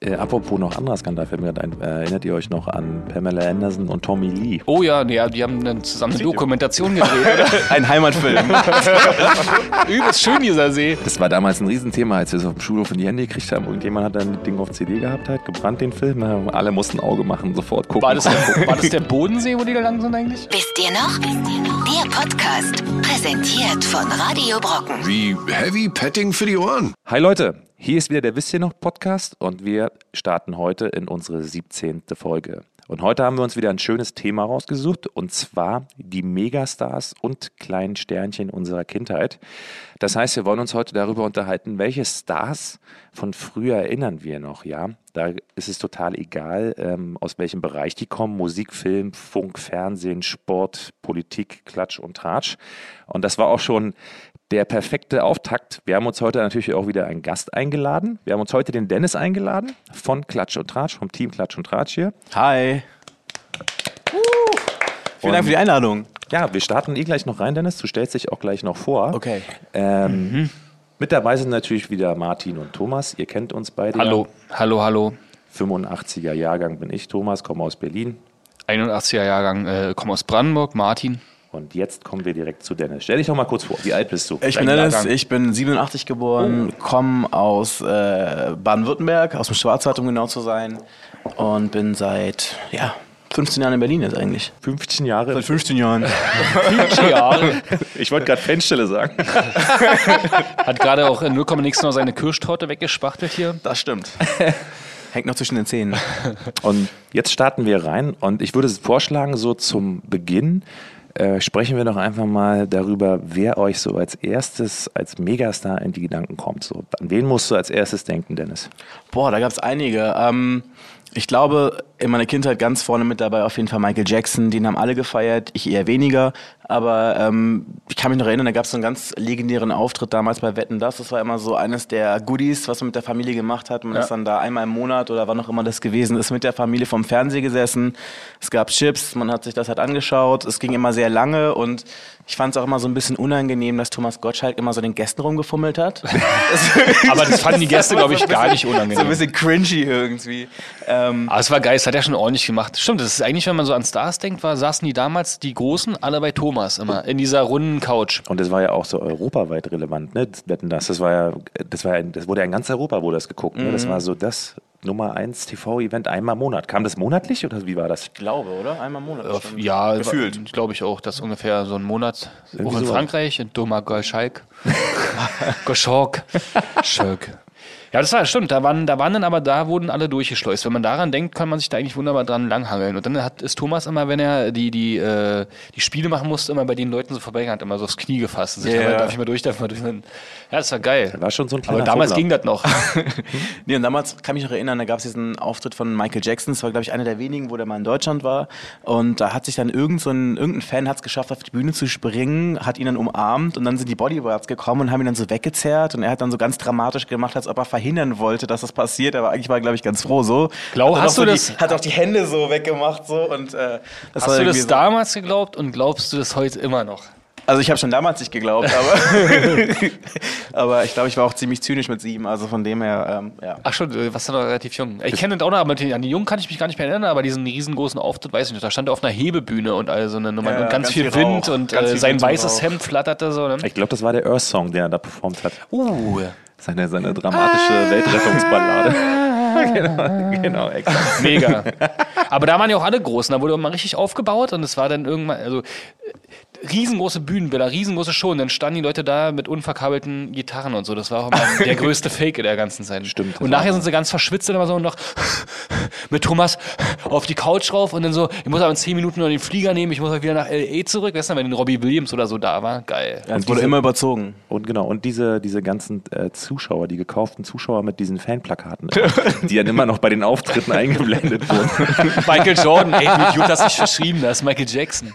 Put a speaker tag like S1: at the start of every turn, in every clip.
S1: Äh, apropos noch anderer Skandal fällt mir gerade ein. Äh, Erinnert ihr euch noch an Pamela Anderson und Tommy Lee?
S2: Oh ja, nee, ja, die haben dann zusammen eine Dokumentation gedreht,
S3: Ein Heimatfilm.
S2: oder? Übelst schön dieser See.
S1: Das war damals ein Riesenthema, als wir es auf dem Schulhof in die Hände gekriegt haben. Irgendjemand hat dann das Ding auf CD gehabt, halt gebrannt den Film. Na, Alle mussten Auge machen, sofort gucken.
S2: War das, der, war das der Bodensee, wo die da lang sind eigentlich?
S4: Wisst ihr noch? Der Podcast, präsentiert von Radio Brocken.
S5: Wie heavy petting für die Ohren.
S1: Hi Leute, hier ist wieder der Wisst ihr noch Podcast und wir starten heute in unsere 17. Folge. Und heute haben wir uns wieder ein schönes Thema rausgesucht und zwar die Megastars und kleinen Sternchen unserer Kindheit. Das heißt, wir wollen uns heute darüber unterhalten, welche Stars von früher erinnern wir noch, ja? Da ist es total egal, ähm, aus welchem Bereich die kommen. Musik, Film, Funk, Fernsehen, Sport, Politik, Klatsch und Tratsch. Und das war auch schon der perfekte Auftakt. Wir haben uns heute natürlich auch wieder einen Gast eingeladen. Wir haben uns heute den Dennis eingeladen von Klatsch und Tratsch, vom Team Klatsch und Tratsch hier.
S3: Hi. Vielen Dank für die Einladung.
S1: Ja, wir starten eh gleich noch rein, Dennis. Du stellst dich auch gleich noch vor.
S3: Okay.
S1: Ähm, Mit dabei sind natürlich wieder Martin und Thomas. Ihr kennt uns beide.
S2: Hallo, hallo, hallo.
S1: Ja. 85er Jahrgang bin ich, Thomas, komme aus Berlin.
S2: 81er Jahrgang, äh, komme aus Brandenburg, Martin.
S1: Und jetzt kommen wir direkt zu Dennis. Stell dich doch mal kurz vor. Wie alt bist du?
S3: Ich bin
S1: Dein
S3: Dennis,
S1: Jahrgang?
S3: ich bin 87 geboren, komme aus äh, Baden-Württemberg, aus dem Schwarzwald, um genau zu sein. Und bin seit, ja, 15 Jahren in Berlin jetzt eigentlich.
S1: 15 Jahre.
S3: 15 Jahren.
S2: Ja,
S1: Ich wollte gerade Fanstelle sagen.
S2: hat gerade auch in 0,x noch seine Kirschtorte weggespachtelt hier.
S3: Das stimmt. Hängt noch zwischen den Zähnen.
S1: Und jetzt starten wir rein. Und ich würde vorschlagen, so zum Beginn äh, sprechen wir doch einfach mal darüber, wer euch so als erstes als Megastar in die Gedanken kommt. So, an wen musst du als erstes denken, Dennis?
S3: Boah, da gab es einige. Ähm, ich glaube, in meiner Kindheit ganz vorne mit dabei auf jeden Fall Michael Jackson. Den haben alle gefeiert, ich eher weniger. Aber ähm, ich kann mich noch erinnern, da gab es so einen ganz legendären Auftritt damals bei Wetten Das. Das war immer so eines der Goodies, was man mit der Familie gemacht hat. Man ist dann da einmal im Monat oder wann auch immer das gewesen ist, mit der Familie vom Fernseher gesessen. Es gab Chips, man hat sich das halt angeschaut. Es ging immer sehr lange und ich fand es auch immer so ein bisschen unangenehm, dass Thomas Gottschalk immer so den Gästen rumgefummelt hat.
S2: Aber das fanden die Gäste, glaube ich, gar nicht
S3: So ein
S2: unangenehm.
S3: bisschen cringy irgendwie. Ähm,
S2: Aber es war geil, das hat er schon ordentlich gemacht. Stimmt, das ist eigentlich, wenn man so an Stars denkt, war, saßen die damals, die Großen, alle bei Thomas immer, in dieser runden Couch.
S1: Und das war ja auch so europaweit relevant, ne? Das Wetten das. Das war ja, das war ja, das wurde ja in ganz Europa wurde das geguckt. Ne? Das war so das Nummer 1 TV-Event einmal im Monat. Kam das monatlich oder wie war das?
S3: ich glaube, oder? Einmal im Monat. bestimmt.
S2: Ja, gefühlt. Glaube ich auch, dass ungefähr so ein Monat, auch in
S1: so.
S2: Frankreich, in Doma Golschalk. Goschalk. Schölk. Ja, das war stimmt. Da waren, da waren dann aber, da wurden alle durchgeschleust. Wenn man daran denkt, kann man sich da eigentlich wunderbar dran langhangeln. Und dann hat, ist Thomas immer, wenn er die, die, äh, die Spiele machen musste, immer bei den Leuten so vorbeigegangen, hat immer so aufs Knie gefasst. Und sich
S3: Ja.
S2: yeah. darf ich mal durch, darf ich mal durch. Und Ja, das war geil.
S1: War schon so ein kleiner
S2: aber damals
S1: Vogler.
S2: ging das noch.
S3: Nee, und damals kann ich mich noch erinnern, da gab es diesen Auftritt von Michael Jackson. Das war, glaube ich, einer der wenigen, wo der mal in Deutschland war. Und da hat sich dann irgend so ein, irgendein Fan hat es geschafft, auf die Bühne zu springen, hat ihn dann umarmt und dann sind die Bodyguards gekommen und haben ihn dann so weggezerrt. Und er hat dann so ganz dramatisch gemacht, als ob er verhindern wollte, dass das passiert. Aber eigentlich war er, glaube ich, ganz froh so.
S2: Glau,
S3: Hat dann
S2: hast
S3: auch
S2: du
S3: so
S2: das-
S3: Die, hat auch die Hände so weggemacht so. Und, äh, das war
S2: Hast du
S3: irgendwie
S2: das damals geglaubt und glaubst du das heute immer noch?
S3: So, also ich habe schon damals nicht geglaubt, aber, aber ich glaube, ich war auch ziemlich zynisch mit sieben. Also von dem her, ähm, ja.
S2: Ach schon, äh, warst du noch relativ jung. Ich kenne das auch noch, aber den- an die Jungen kann ich mich gar nicht mehr erinnern, aber diesen riesengroßen Auftritt, weiß ich nicht, da stand er auf einer Hebebühne und all so eine Nummer
S3: Ja,
S2: und ganz,
S3: ganz
S2: viel
S3: viel
S2: Wind
S3: Rauch,
S2: und
S3: ganz
S2: äh,
S3: viel
S2: sein
S3: Wind und
S2: weißes
S3: Rauch.
S2: Hemd flatterte so. Ne?
S1: Ich glaube, das war der Earth Song, den er da performt hat.
S2: Uh,
S1: Seine, seine dramatische Weltrettungsballade. genau, genau, exakt.
S2: mega. aber da waren ja auch alle Großen, da wurde immer richtig aufgebaut und es war dann irgendwann, also äh, riesengroße Bühnenbilder, riesengroße Show und dann standen die Leute da mit unverkabelten Gitarren und so. Das war auch immer der größte Fake in der ganzen Zeit.
S1: Stimmt, das
S2: Und
S1: war
S2: nachher sind sie ganz verschwitzt und immer so noch mit Thomas auf die Couch rauf und dann so, ich muss aber in 10 Minuten noch den Flieger nehmen, ich muss auch wieder nach L.A. zurück. Weißt du, wenn Robbie Williams oder so da war, geil.
S3: Es wurde immer überzogen.
S1: Und genau, und diese, diese ganzen äh, Zuschauer, die gekauften Zuschauer mit diesen Fanplakaten, die dann immer noch bei den Auftritten eingeblendet wurden.
S2: Michael Jordan, ey, wie gut, dass ich verschrieben das ist Michael Jackson.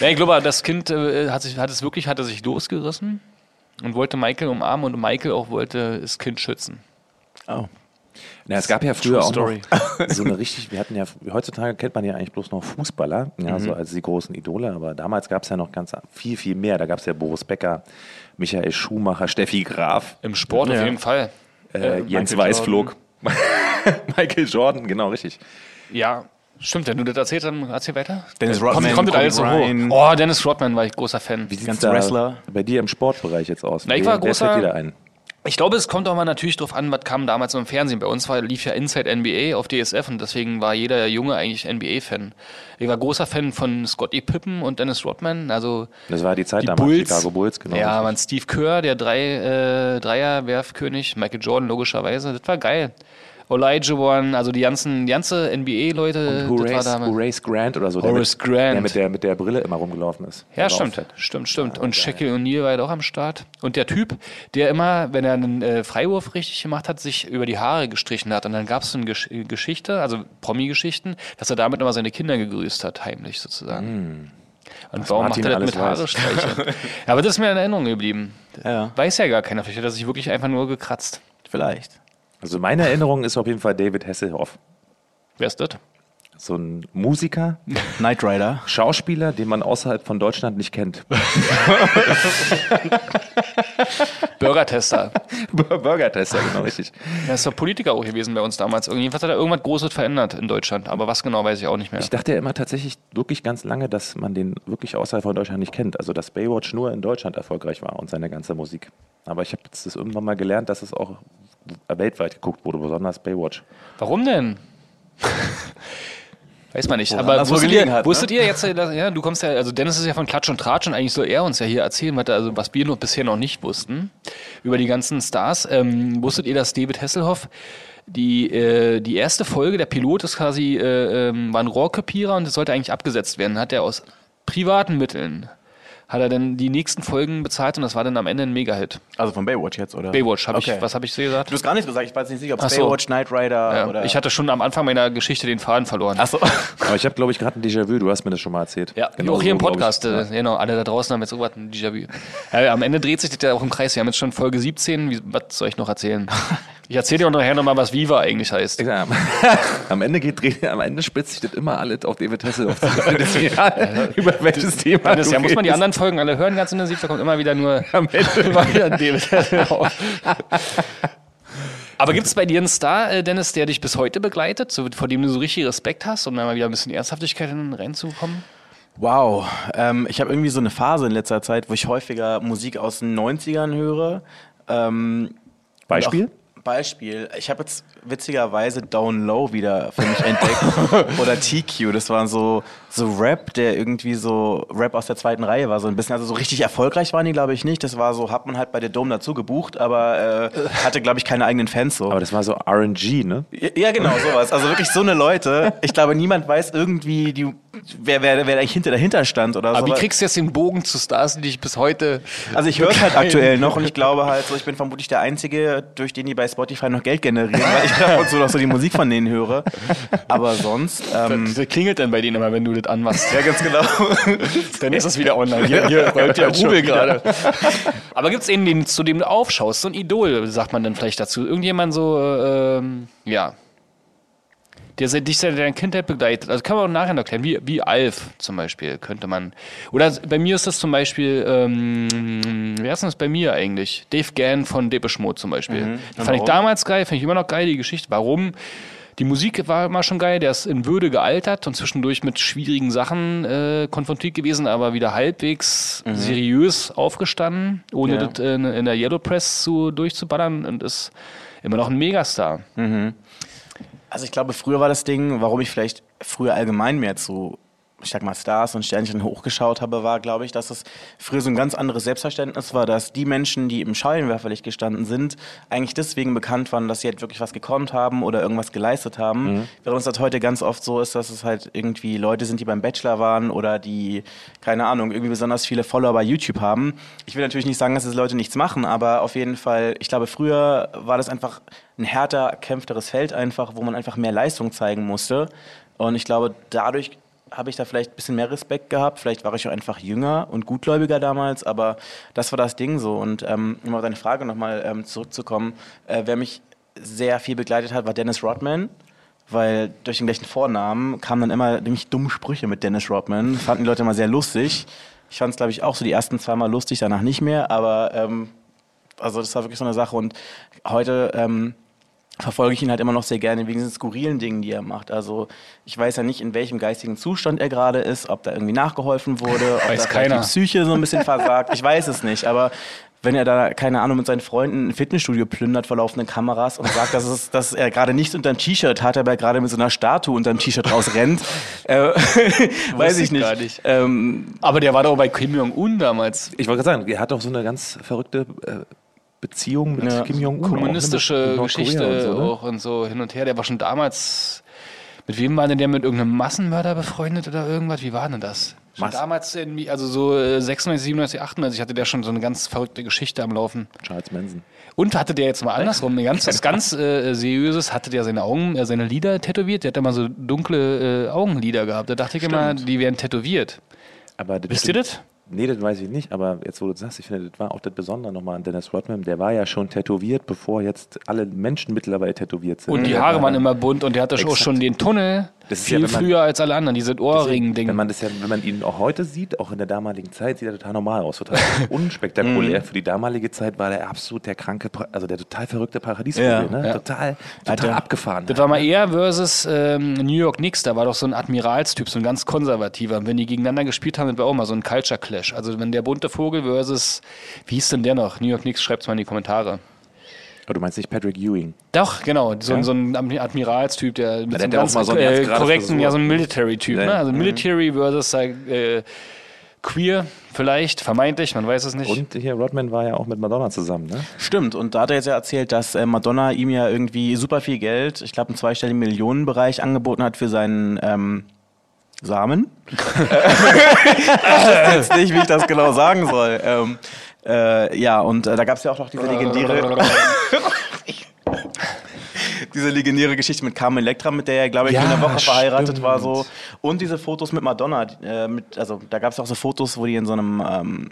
S2: ja, ich glaube, das Kind äh, hat, sich, hat es wirklich, hat er sich losgerissen und wollte Michael umarmen und Michael auch wollte das Kind schützen.
S3: Oh.
S1: Na, es gab ja früher auch
S2: story.
S1: noch so eine richtig, wir hatten ja, heutzutage kennt man ja eigentlich bloß noch Fußballer, ja,
S2: Mhm.
S1: so als die großen Idole, aber damals gab es ja noch ganz viel, viel mehr. Da gab es ja Boris Becker, Michael Schumacher, Steffi Graf.
S2: Im Sport auf
S3: Ja.
S2: jeden Fall.
S1: Äh, Jens Weiß flog. Michael Jordan, genau, richtig.
S2: Ja, stimmt. Wenn du das erzählst, dann erzähl weiter.
S3: Dennis
S2: Äh, Kommt-
S3: Rodman,
S2: kommt das
S3: Kobe
S2: alles so
S3: Bryant.
S2: hoch. Oh, Dennis Rodman war ich großer Fan.
S1: sieht's
S3: Ganze Wrestler.
S1: bei dir im Sportbereich jetzt aus?
S2: Na, ich war
S1: Wer- wer fällt
S2: großer-
S1: dir da ein?
S2: Ich glaube, es kommt auch mal natürlich drauf an, was kam damals im Fernsehen. Bei uns war, lief ja Inside NBA auf DSF und deswegen war jeder Junge eigentlich NBA-Fan. Ich war großer Fan von Scottie Pippen und Dennis Rodman. Also
S1: Das war die Zeit
S2: Die
S1: damals,
S2: Bulls.
S1: Chicago Bulls, genau.
S2: ja, man Steve Kerr, der drei, äh, Dreierwerfkönig, Michael Jordan logischerweise, das war geil. Olajuwon, also die ganzen die ganze NBA-Leute, Äh, das war
S1: Horace,
S2: damals.
S1: Horace Grant oder so.
S2: Horace
S1: der mit,
S2: Grant.
S1: Der mit, der mit der Brille immer rumgelaufen ist.
S2: Ja,
S1: Der war
S2: stimmt,
S1: auch fett.
S2: stimmt, stimmt. und Shaquille O'Neal war ja auch am Start. Und der Typ, der immer, wenn er einen äh, Freiwurf richtig gemacht hat, sich über die Haare gestrichen hat. Und dann gab es eine Gesch äh, Geschichte, also Promi-Geschichten, dass er damit immer seine Kinder gegrüßt hat, heimlich sozusagen. Und warum
S1: Mm. Martin
S2: macht er das
S1: alles
S2: mit Haare
S1: weiß.
S2: streichen? ja, aber das ist mir in Erinnerung geblieben.
S3: Ja.
S2: Weiß ja gar keiner. Vielleicht hat er sich wirklich einfach nur gekratzt.
S3: Vielleicht.
S1: Also meine Erinnerung ist auf jeden Fall David Hasselhoff.
S2: Wer ist das?
S1: So ein Musiker,
S3: Knight Rider.
S1: Schauspieler, den man außerhalb von Deutschland nicht kennt.
S2: Burger-Tester.
S1: Burger-Tester, genau richtig.
S2: Er ist doch Politiker auch gewesen bei uns damals. Irgendwas hat er irgendwas Großes verändert in Deutschland. Aber was genau, weiß ich auch nicht mehr.
S1: Ich dachte ja immer tatsächlich wirklich ganz lange, dass man den wirklich außerhalb von Deutschland nicht kennt. Also, dass Baywatch nur in Deutschland erfolgreich war und seine ganze Musik. Aber ich habe jetzt das irgendwann mal gelernt, dass es auch weltweit geguckt wurde, besonders Baywatch.
S2: Warum denn? Weiß man nicht.
S3: Woran
S2: aber
S3: das wohl
S2: wusstet
S3: gelegen
S2: ihr,
S3: hat, ne?
S2: wusstet ihr jetzt, äh, dass- ja, du kommst ja, also Dennis ist ja von Klatsch und Tratsch und eigentlich soll er uns ja hier erzählen, was, da- also was wir noch bisher noch nicht wussten über die ganzen Stars. Ähm, wusstet ihr, dass David Hasselhoff die, äh, die erste Folge, der Pilot ist quasi, äh, ähm, war ein Rohrkopierer und das sollte eigentlich abgesetzt werden. Hat er aus privaten Mitteln, hat er dann die nächsten Folgen bezahlt und das war dann am Ende ein Megahit.
S3: Also von Baywatch jetzt, oder?
S2: Baywatch, hab
S3: Okay.
S2: ich, was habe ich so gesagt?
S3: Du hast gar nichts gesagt. Ich weiß nicht sicher, ob
S2: Ach
S3: es
S2: so.
S3: Baywatch, Knight Rider
S2: Ja,
S3: oder...
S2: ich hatte schon am Anfang meiner Geschichte den Faden verloren.
S3: Achso.
S1: Aber ich habe, glaube ich, gerade ein Déjà-vu. Du hast mir das schon mal erzählt.
S2: Ja,
S1: Genau
S2: auch hier
S1: so,
S2: im
S1: glaub
S2: Podcast.
S1: ich.
S2: äh, Genau, alle da draußen haben jetzt irgendwas ein Déjà-vu. Ja, am Ende dreht sich das ja auch im Kreis. Wir haben jetzt schon Folge 17. Wie, was soll ich noch erzählen? Ich erzähle dir auch nachher nochmal, was Viva eigentlich heißt.
S1: Ja. Am Ende geht, dreht- am Ende spitzt sich das immer alles auf David Hasselhoff. zu. Das ist egal, über welches Thema.
S2: Das
S1: du
S2: ja, Äh, muss man die
S1: redest.
S2: anderen Folgen alle hören, ganz intensiv. Da kommt immer wieder nur.
S1: Am Ende Genau.
S2: immer wieder ein David Hasselhoff. Aber gibt es bei dir einen Star, äh, Dennis, der dich bis heute begleitet, so, vor dem du so richtig Respekt hast, um da mal wieder ein bisschen Ernsthaftigkeit in- reinzukommen?
S3: Wow, ähm, ich habe irgendwie so eine Phase in letzter Zeit, wo ich häufiger Musik aus den 90ern höre. Ähm,
S1: Beispiel?
S3: und auch- Beispiel. Ich habe jetzt witzigerweise Down Low wieder für mich entdeckt. Oder TQ. Das war so, so Rap, der irgendwie so Rap aus der zweiten Reihe war. So ein bisschen, also so richtig erfolgreich waren die, glaube ich, nicht. Das war so, hat man halt bei der Dome dazu gebucht, aber äh, hatte, glaube ich, keine eigenen Fans so.
S1: Aber das war so RNG, ne?
S3: Ja, Ja, genau, sowas. Also wirklich so eine Leute. Ich glaube, niemand weiß irgendwie, die, wer, wer, wer eigentlich hinter dahinter stand oder so.
S2: Aber wie kriegst du jetzt den Bogen zu Stars, die dich bis heute.
S3: also ich höre es halt aktuell noch und ich glaube halt so, ich bin vermutlich der Einzige, durch den die bei Spotify noch Geld generieren, weil ich ab und zu noch so die Musik von denen höre. Aber sonst,
S1: Hm.
S3: ähm,
S2: Das klingelt dann bei denen immer, wenn du das anmachst. Ja,
S3: ganz genau.
S2: Dann ist es wieder online. Hier, hier rollt der Rubel gerade. Aber gibt es einen, den, zu dem du aufschaust? So ein Idol, sagt man dann vielleicht dazu. Irgendjemand so, ähm, ja. Der se- dich seit deiner Kindheit begleitet. Also kann man auch nachher noch erklären. Wie, wie Alf zum Beispiel könnte man. Oder bei mir ist das zum Beispiel, ähm, wer ist denn das bei mir eigentlich? Dave Gann von Depeche Mode zum Beispiel. Den fand ich damals geil, fand ich immer noch geil, die Geschichte. Warum? Die Musik war immer schon geil, der ist in Würde gealtert und zwischendurch mit schwierigen Sachen äh, konfrontiert gewesen, aber wieder halbwegs seriös aufgestanden, ohne
S3: Ja.
S2: das in, in der Yellow Press zu, durchzuballern und ist immer noch ein Megastar.
S3: Also ich glaube, früher war das Ding, warum ich vielleicht früher allgemein mehr zu, ich sag mal, Stars und Sternchen hochgeschaut habe, war, glaube ich, dass es früher so ein ganz anderes Selbstverständnis war, dass die Menschen, die im Scheinwerferlicht gestanden sind, eigentlich deswegen bekannt waren, dass sie halt wirklich was gekonnt haben oder irgendwas geleistet haben. Während es halt heute ganz oft so ist, dass es halt irgendwie Leute sind, die beim Bachelor waren oder die, keine Ahnung, irgendwie besonders viele Follower bei YouTube haben. Ich will natürlich nicht sagen, dass es Leute nichts machen, aber auf jeden Fall, ich glaube, früher war das einfach ein härter, kämpfteres Feld einfach, wo man einfach mehr Leistung zeigen musste. Und ich glaube, dadurch habe ich da vielleicht ein bisschen mehr Respekt gehabt. Vielleicht war ich auch einfach jünger und gutgläubiger damals, aber das war das Ding so. Und ähm, um auf deine Frage nochmal ähm, zurückzukommen, äh, wer mich sehr viel begleitet hat, war Dennis Rodman. Weil durch den gleichen Vornamen kamen dann immer nämlich dumme Sprüche mit Dennis Rodman. Fanden die Leute immer sehr lustig. Ich fand es, glaube ich, auch so die ersten zweimal lustig, danach nicht mehr. Aber ähm, Also das war wirklich so eine Sache. Und heute ähm, verfolge ich ihn halt immer noch sehr gerne wegen diesen skurrilen Dingen, die er macht. Also ich weiß ja nicht, in welchem geistigen Zustand er gerade ist, ob da irgendwie nachgeholfen wurde, ob
S2: Weiß
S3: da vielleicht
S2: keiner.
S3: die Psyche so ein bisschen versagt. Ich weiß es nicht, aber wenn er da, keine Ahnung, mit seinen Freunden ein Fitnessstudio plündert vor laufenden Kameras und sagt, dass, es, dass er gerade nichts unterm T-Shirt hat, aber er gerade mit so einer Statue unterm T-Shirt rausrennt, äh, weiß
S2: ich
S3: ich nicht.
S2: gar nicht.
S3: Ähm,
S2: Aber der war doch bei Kim Jong-un damals.
S1: Ich wollte gerade sagen, er hat auch so eine ganz verrückte äh, Beziehung mit
S3: Ja,
S1: Kim Jong-un. auch, ne? Mit- mit
S2: Kommunistische
S1: Nordkorea
S2: Geschichte
S1: und so, ne?
S2: auch und so hin und her. Der war schon damals. Mit wem war denn der mit irgendeinem Massenmörder befreundet oder irgendwas? Wie war denn das? Schon
S1: Mass-
S2: damals, in, also so äh, 96, 97, 98 hatte der schon so eine ganz verrückte Geschichte am Laufen.
S1: Charles Manson.
S2: Und hatte der jetzt mal andersrum, ein ganz, was ganz äh, seriöses, hatte der seine Augen, äh, seine Lider tätowiert. Der hat immer so dunkle äh, Augenlider gehabt. Da dachte ich immer, die wären tätowiert.
S1: Aber das-
S2: Wisst ihr das?
S1: Nee, das weiß ich nicht, aber jetzt, wo du das sagst, ich finde, das war auch das Besondere nochmal an Dennis Rodman. Der war ja schon tätowiert, bevor jetzt alle Menschen mittlerweile tätowiert sind.
S2: Und die
S1: Der
S2: Haare
S1: war-
S2: waren immer bunt und der hatte auch
S1: Mhm. Exakt.
S2: schon den Tunnel.
S1: Das ist
S2: viel
S1: ja, wenn man-
S2: früher als alle anderen, diese
S1: Wenn
S2: Ohrring-Ding.
S1: man, das ja, wenn man ihn auch heute sieht, auch in der damaligen Zeit, sieht er total normal aus, total
S2: Mm.
S1: unspektakulär. Für die damalige Zeit war der absolut der kranke, Pra- also der total verrückte Paradiesvogel,
S3: Ja,
S1: ne?
S2: ja.
S1: total, total
S3: der-
S1: abgefahren. ne?
S2: Das war mal eher versus ähm, New York Knicks, da war doch so ein Admiralstyp, so ein ganz konservativer. Und wenn die gegeneinander gespielt haben, das war auch mal so ein Culture Clash. Also wenn der bunte Vogel versus, wie hieß denn der noch? New York Knicks, schreibt's mal in die Kommentare.
S1: Aber du meinst nicht Patrick Ewing?
S2: Doch, genau, so, ein so ein Admi- Admiralstyp, der mit
S1: der
S2: so einem
S1: hat ja auch
S2: ganz
S1: mal so einen
S2: äh,
S1: Herzgradesfrisur.
S2: korrekten, ja so ein Military-Typ,
S1: Ja. Mhm.
S2: ne? Also Military versus äh, Queer vielleicht, vermeintlich, man weiß es nicht.
S1: Und hier Rodman war ja auch mit Madonna zusammen, ne?
S3: Stimmt, und da hat er jetzt ja erzählt, dass äh, Madonna ihm ja irgendwie super viel Geld, ich glaube im zweistelligen Millionenbereich, angeboten hat für seinen ähm, Samen. ich weiß jetzt nicht, wie ich das genau sagen soll. Ähm, äh, ja, und äh, da gab es ja auch noch diese legendäre, diese legendäre Geschichte mit Carmen Electra, mit der er, glaube ich,
S1: Ja,
S3: in der Woche verheiratet
S1: stimmt.
S3: war. so Und diese Fotos mit Madonna. die, Äh, mit, also da gab es auch so Fotos, wo die in so einem ähm,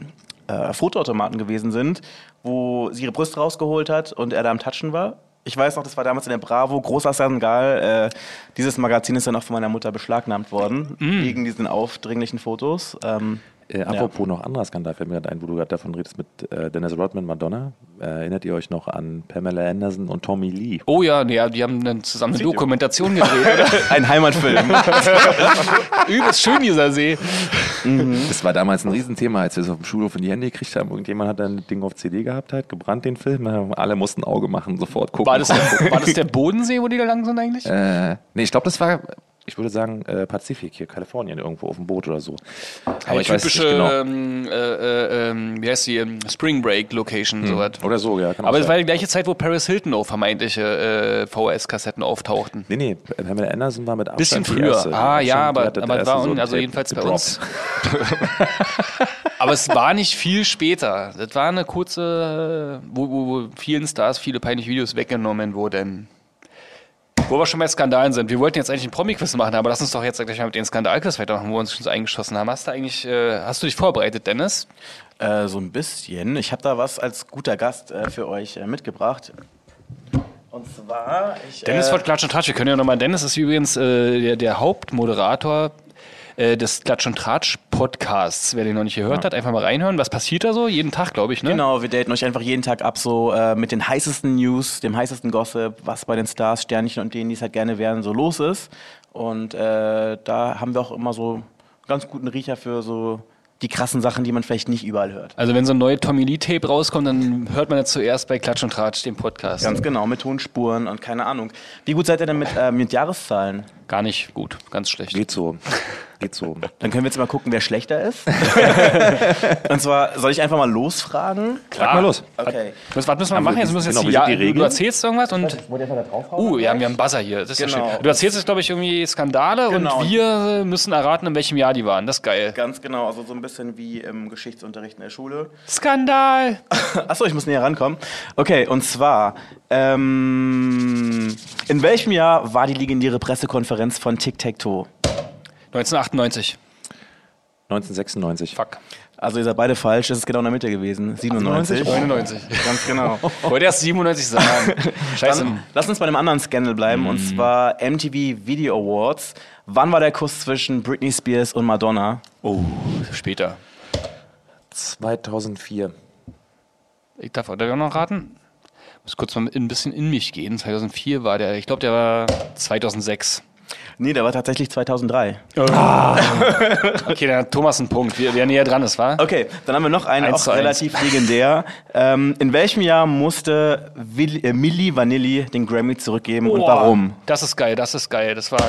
S3: äh, Fotoautomaten gewesen sind, wo sie ihre Brüste rausgeholt hat und er da am Touchen war. Ich weiß noch, das war damals in der Bravo, großer Skandal. Äh, dieses Magazin ist dann auch von meiner Mutter beschlagnahmt worden,
S1: Mm.
S3: wegen diesen aufdringlichen Fotos. Ähm,
S1: Äh, apropos noch anderer Skandal fällt mir gerade ein, wo du gerade davon redest mit äh, Dennis Rodman, Madonna. Äh, erinnert ihr euch noch an Pamela Anderson und Tommy Lee?
S2: Oh ja, nee, ja, die haben dann zusammen eine Dokumentation gedreht. Oder?
S3: ein Heimatfilm.
S2: Übelst schön dieser See.
S1: Das war damals ein Riesenthema, als wir es auf dem Schulhof in die Hände gekriegt haben. Irgendjemand hat dann das Ding auf CD gehabt, halt, gebrannt den Film. äh, Alle mussten Auge machen, sofort gucken.
S2: War das,
S1: gucken.
S2: der, war das der Bodensee, wo die da lang sind eigentlich?
S1: Äh, nee, ich glaube, das war, ich würde sagen, äh, Pazifik hier, Kalifornien, irgendwo auf dem Boot oder so. Aber ich weiß es
S2: typische,
S1: nicht genau.
S2: ähm, äh, äh, ähm, wie heißt die, ähm, Spring Break Location, sowas.
S1: Oder so, ja. Kann Hm. auch
S2: Aber es
S1: sein.
S2: war die gleiche Zeit, wo Paris Hilton auch vermeintliche äh, VHS-Kassetten auftauchten.
S1: Nee, nee, Pamela Anderson war mit Abstand
S2: Bisschen
S1: die
S2: früher.
S1: erste.
S2: Ah,
S1: Die
S2: ja,
S1: hat
S2: aber-
S1: das
S2: aber
S1: erste
S2: war un-
S1: ein
S2: also
S1: Tape
S2: jedenfalls bei
S1: gedroppt.
S2: uns. Aber es war nicht viel später. Das war eine kurze, äh, wo, wo, wo vielen Stars viele peinliche Videos weggenommen wurden. Wo wir schon bei Skandalen sind. Wir wollten jetzt eigentlich einen Promi-Quiz machen, aber lass uns doch jetzt gleich mal mit den Skandal-Quiz weitermachen, wo wir uns schon so eingeschossen haben. Hast du eigentlich, äh, hast du dich vorbereitet, Dennis?
S3: Äh, so ein bisschen. Ich habe da was als guter Gast äh, für euch äh, mitgebracht. Und zwar. Ich,
S2: Dennis
S3: äh,
S2: von Klatsch und Tratsch. Wir können ja nochmal. Dennis ist übrigens äh, der, der Hauptmoderator äh, des Klatsch und Tratsch Podcasts. Wer den noch nicht gehört hat, einfach mal reinhören. Was passiert da so? Jeden Tag, glaube ich, ne?
S3: Genau, wir daten euch einfach jeden Tag ab, so äh, mit den heißesten News, dem heißesten Gossip, was bei den Stars, Sternchen und denen, die es halt gerne wären, so los ist. Und äh, da haben wir auch immer so einen ganz guten Riecher für so die krassen Sachen, die man vielleicht nicht überall hört.
S2: Also wenn so ein neues Tommy Lee Tape rauskommt, dann hört man das zuerst bei Klatsch und Tratsch, dem Podcast.
S3: Ganz genau, mit Tonspuren und keine Ahnung. Wie gut seid ihr denn mit, äh, mit Jahreszahlen?
S2: Gar nicht gut, ganz schlecht.
S1: Geht so. Geht so.
S3: Dann können wir jetzt mal gucken, wer schlechter ist. und zwar, soll ich einfach mal losfragen?
S1: Sag mal los.
S3: Okay.
S2: Was, was müssen wir machen? Jetzt müssen wir
S1: Genau,
S2: jetzt die,
S1: wie sind
S2: ja,
S1: die Regeln?
S2: Du erzählst irgendwas und.
S3: Wollt ihr einfach da draufhauen?
S2: Uh, ja, wir haben einen Buzzer hier. Das ist ja
S3: Genau.
S2: schön. Du erzählst jetzt, glaube ich, irgendwie Skandale
S3: Genau.
S2: und wir äh, müssen erraten, in welchem Jahr die waren. Das ist geil.
S3: Ganz genau, also so ein bisschen wie im Geschichtsunterricht in der Schule.
S2: Skandal!
S3: Achso, ich muss näher rankommen. Okay, und zwar, ähm, in welchem Jahr war die legendäre Pressekonferenz von Tic Tac Toe?
S2: 1998.
S1: 1996.
S2: Fuck.
S3: Also ihr seid beide falsch, es ist genau in der Mitte gewesen. 97.
S2: 99.
S3: Ganz genau.
S2: Wollte erst 97 sagen. Scheiße.
S3: Dann, lass uns bei einem anderen Scandal bleiben, und zwar MTV Video Awards. Wann war der Kuss zwischen Britney Spears und Madonna?
S2: oh, später.
S1: 2004.
S2: Ich darf euch auch noch raten. Muss kurz mal ein bisschen in mich gehen. 2004 war der, ich glaube, der war 2006.
S3: Nee, der war tatsächlich 2003.
S2: Okay, dann hat Thomas einen Punkt, wer, wer näher dran ist, war?
S3: Okay, dann haben wir noch einen,
S2: Eins
S3: auch
S2: zu eins.
S3: relativ legendär. Ähm, in welchem Jahr musste Willi, äh, Milli Vanilli den Grammy zurückgeben und warum?
S2: Das ist geil, das ist geil. Das war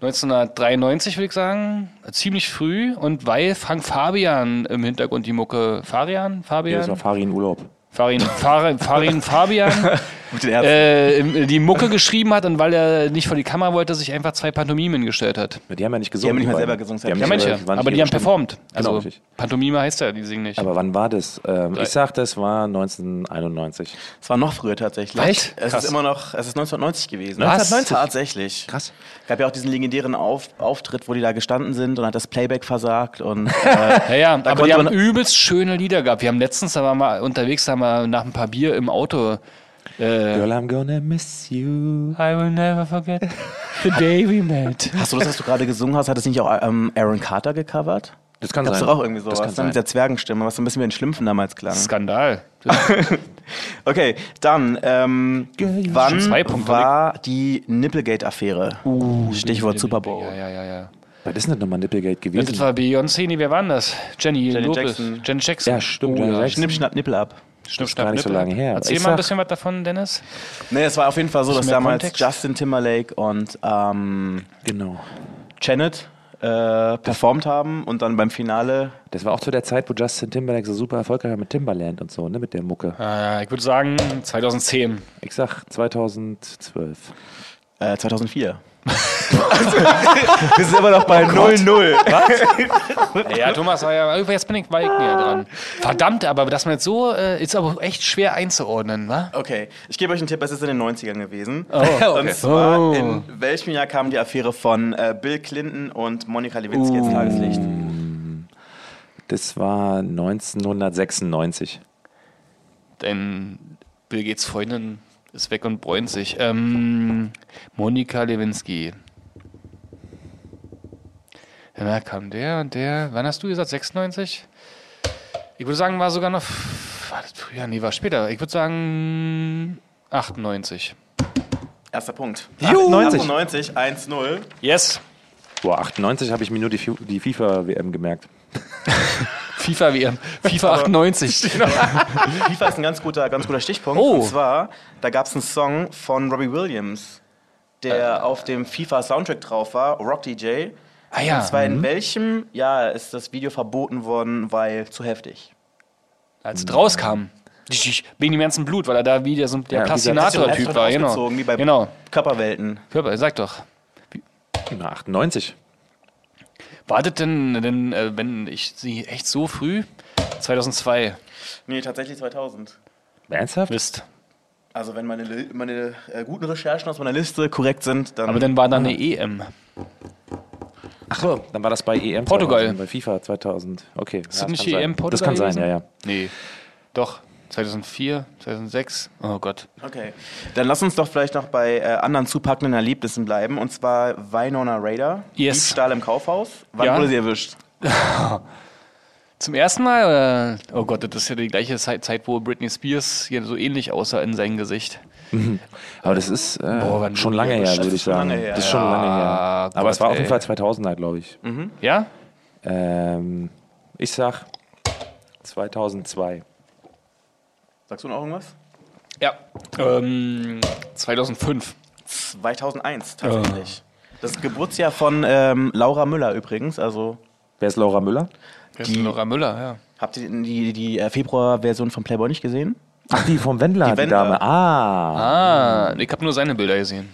S2: 1993, würde ich sagen, ziemlich früh. Und weil Frank Fabian im Hintergrund die Mucke Farian,
S1: Der ist
S2: Fabian,
S1: auf Farin Urlaub.
S2: Farin, Farin, Farin Fabian
S3: Mit den Ärzten.
S2: äh, im- die Mucke geschrieben hat und weil er nicht vor die Kamera wollte, sich einfach zwei Pantomimen gestellt hat.
S1: Die haben ja nicht gesungen.
S3: Die haben nicht mal
S1: beiden.
S3: selber gesungen,
S1: Die haben
S2: Ja,
S1: nicht
S2: manche,
S1: selber- waren
S2: aber
S1: nicht
S2: die
S1: ihre
S2: haben
S1: Stimmen.
S2: performt. Also
S1: Genau, richtig.
S2: Pantomime heißt ja, die singen nicht.
S1: Aber wann war das? Ähm, ich sag, das war 1991.
S3: Es war noch früher tatsächlich.
S2: Echt?
S3: Es
S2: Krass.
S3: ist immer noch, es ist 1990 gewesen.
S2: Was?
S3: 1990? Tatsächlich.
S1: Krass.
S3: Gab ja auch diesen legendären Auf, Auftritt, wo die da gestanden sind und hat das Playback versagt und äh,
S2: Ja, ja, aber die
S3: konnte
S2: haben
S3: man-
S2: übelst schöne Lieder gehabt. Wir haben letztens, da waren wir unterwegs, da haben wir nach ein paar Bier im Auto.
S1: Girl, I'm gonna miss you.
S2: I will never forget the day we met.
S3: Hast du das, was du gerade gesungen hast, hat es nicht auch ähm, Aaron Carter gecovert?
S1: Das kann
S3: Gab's
S1: sein.
S3: doch auch irgendwie sowas.
S1: Das kann
S3: Das mit
S1: sein.
S3: der Zwergenstimme, was so ein bisschen wie ein Schlümpfen damals klang.
S2: Skandal.
S1: Ah,
S3: Okay, dann, ähm, wann
S2: Zwei Punkte,
S3: war die Nipplegate-Affäre? Stichwort Super Bowl.
S2: Uh, Ja, ja, ja, ja.
S1: Was ist denn das nochmal Nipplegate gewesen?
S2: Das war Beyoncé, nee, wer war denn das? Jenny
S3: Janet
S2: Lopez.
S3: Jackson.
S2: Janet Jackson.
S1: Ja, stimmt,
S2: Oh,
S1: Janet
S2: ja.
S1: Jackson.
S3: Schnipp, schnapp, Nippel ab.
S2: Schnipp, schnapp,
S1: gar nicht so
S2: Nippel.
S1: lange her.
S2: Erzähl
S1: Ich
S2: mal ein
S1: sag-
S2: bisschen was davon, Dennis.
S3: Nee, es war auf jeden Fall so, dass
S2: mehr
S3: damals
S2: Kontext?
S3: Justin Timberlake und ähm,
S1: genau.
S3: Janet äh, performt haben und dann beim Finale
S1: Das war auch zu der Zeit, wo Justin Timberlake so super erfolgreich war mit Timberland und so, ne, mit der Mucke.
S2: Äh, ich würde sagen 2010.
S1: Ich sag 2012.
S3: äh, 2004. Wir sind immer noch
S2: Oh
S3: bei 0-0.
S2: Ja, Thomas war ja, jetzt bin ich bei näher dran. Verdammt, aber dass man jetzt so, äh, ist aber echt schwer einzuordnen, wa?
S3: okay, ich gebe euch einen Tipp, es ist in den 90ern gewesen.
S2: Oh, okay.
S3: Und zwar,
S2: Oh.
S3: in welchem Jahr kam die Affäre von äh, Bill Clinton und Monika Lewinsky ins Tageslicht?
S1: Das war 1996.
S2: Denn Bill Gates Freundin ist weg und bräunt sich. Ähm, Monika Lewinsky. Na, kam der und der. Wann hast du gesagt? 96? Ich würde sagen, war sogar noch. War das früher? Nee, war später. Ich würde sagen 98.
S3: Erster Punkt.
S1: Juhu.
S3: 98, 1-0.
S2: Yes!
S1: Boah, 98 habe ich mir nur die, Fi- die FIFA-WM gemerkt.
S2: FIFA WM. FIFA 98.
S3: FIFA ist ein ganz guter, ganz guter Stichpunkt.
S2: Oh.
S3: Und zwar, da gab es einen Song von Robbie Williams, der auf dem FIFA-Soundtrack drauf war, Rock DJ.
S2: ah ja.
S3: Und zwar in welchem Jahr ist das Video verboten worden, weil zu heftig?
S2: Als es rauskam. Wegen dem ganzen Blut, weil er da wieder so ein der
S1: Ja, wie gesagt,
S2: Plastinator-Typ war. Genau.
S3: Ausgezogen, Wie bei
S2: genau.
S3: Körperwelten.
S2: Körper, sag doch.
S1: Na, 98.
S2: Wartet denn, denn äh, wenn ich sie echt so früh? 2002.
S3: Nee, tatsächlich 2000.
S1: Ernsthaft?
S2: Mist.
S3: Also wenn meine, Li- meine äh, guten Recherchen aus meiner Liste korrekt sind, dann...
S2: Aber dann war da eine E EM.
S1: Ach so, dann war das bei EM.
S2: Portugal.
S1: 2000, Bei FIFA 2000. Okay. Ist
S2: das nicht EM Portugal
S1: Das E kann sein,
S2: gewesen?
S1: ja, ja.
S2: Nee. Doch. 2004, 2006. Oh Gott.
S3: Okay, dann lass uns doch vielleicht noch bei äh, anderen zupackenden Erlebnissen bleiben. Und zwar Winona Raider,
S2: Yes.
S3: Diebstahl im Kaufhaus. Wann
S2: Ja.
S3: wurde sie erwischt?
S2: Zum ersten Mal? Oder? Oh Gott, das ist ja die gleiche Zeit, Zeit, wo Britney Spears hier so ähnlich aussah in seinem Gesicht.
S1: Aber das ist äh,
S2: wann
S1: schon
S2: wurde
S1: lange
S2: die
S1: her,
S2: erwischt?
S1: würde ich
S3: schon
S1: sagen.
S3: lange her,
S1: Das ist schon lange her. Aber
S2: Gott,
S1: es war auf jeden Fall
S2: ey.
S1: 2000er, glaube ich.
S2: Ja?
S1: Ähm, ich sag 2002.
S3: Sagst du noch irgendwas?
S2: Ja. Ähm, 2005.
S3: 2001 tatsächlich. Das Geburtsjahr von ähm, Laura Müller übrigens. Also
S1: Wer ist Laura Müller?
S2: Wer ist denn Laura Müller, ja.
S3: habt ihr die, die, die äh, Februar-Version von Playboy nicht gesehen?
S1: Ach, die vom Wendler, die,
S3: Wendler.
S1: Dame. Ah.
S2: Ah, ich habe nur seine Bilder gesehen.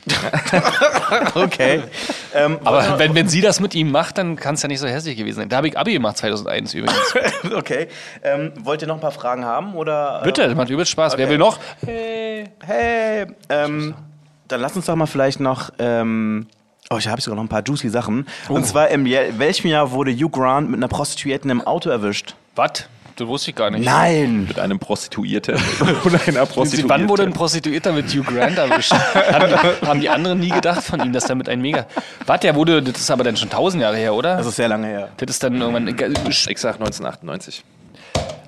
S3: Okay. ähm,
S2: Aber wenn, wenn sie das mit ihm macht, dann kann es ja nicht so hässlich gewesen sein. Da habe ich Abi gemacht 2001 übrigens.
S3: okay. Ähm, wollt ihr noch ein paar Fragen haben oder? äh,
S2: Bitte, das macht übelst Spaß. Wer will noch?
S3: Hey, ähm, dann lass uns doch mal vielleicht noch. Ähm, oh, ich habe sogar noch ein paar juicy Sachen. Und
S2: Oh.
S3: zwar im Jahr- welchem Jahr wurde Hugh Grant mit einer Prostituierten im Auto erwischt?
S2: Was? Das wusste ich gar nicht.
S3: Nein.
S1: Mit einem Prostituierten. Oder einer Prostituierten.
S2: Wann wurde ein Prostituierter mit Hugh Grant erwischt? haben, die, haben die anderen nie gedacht von ihm, dass damit ein Mega. Was, der wurde, das ist aber
S1: Also-
S2: dann schon tausend Jahre her, oder?
S3: Das ist sehr lange her.
S2: das ist dann irgendwann.
S1: Ich sag 1998.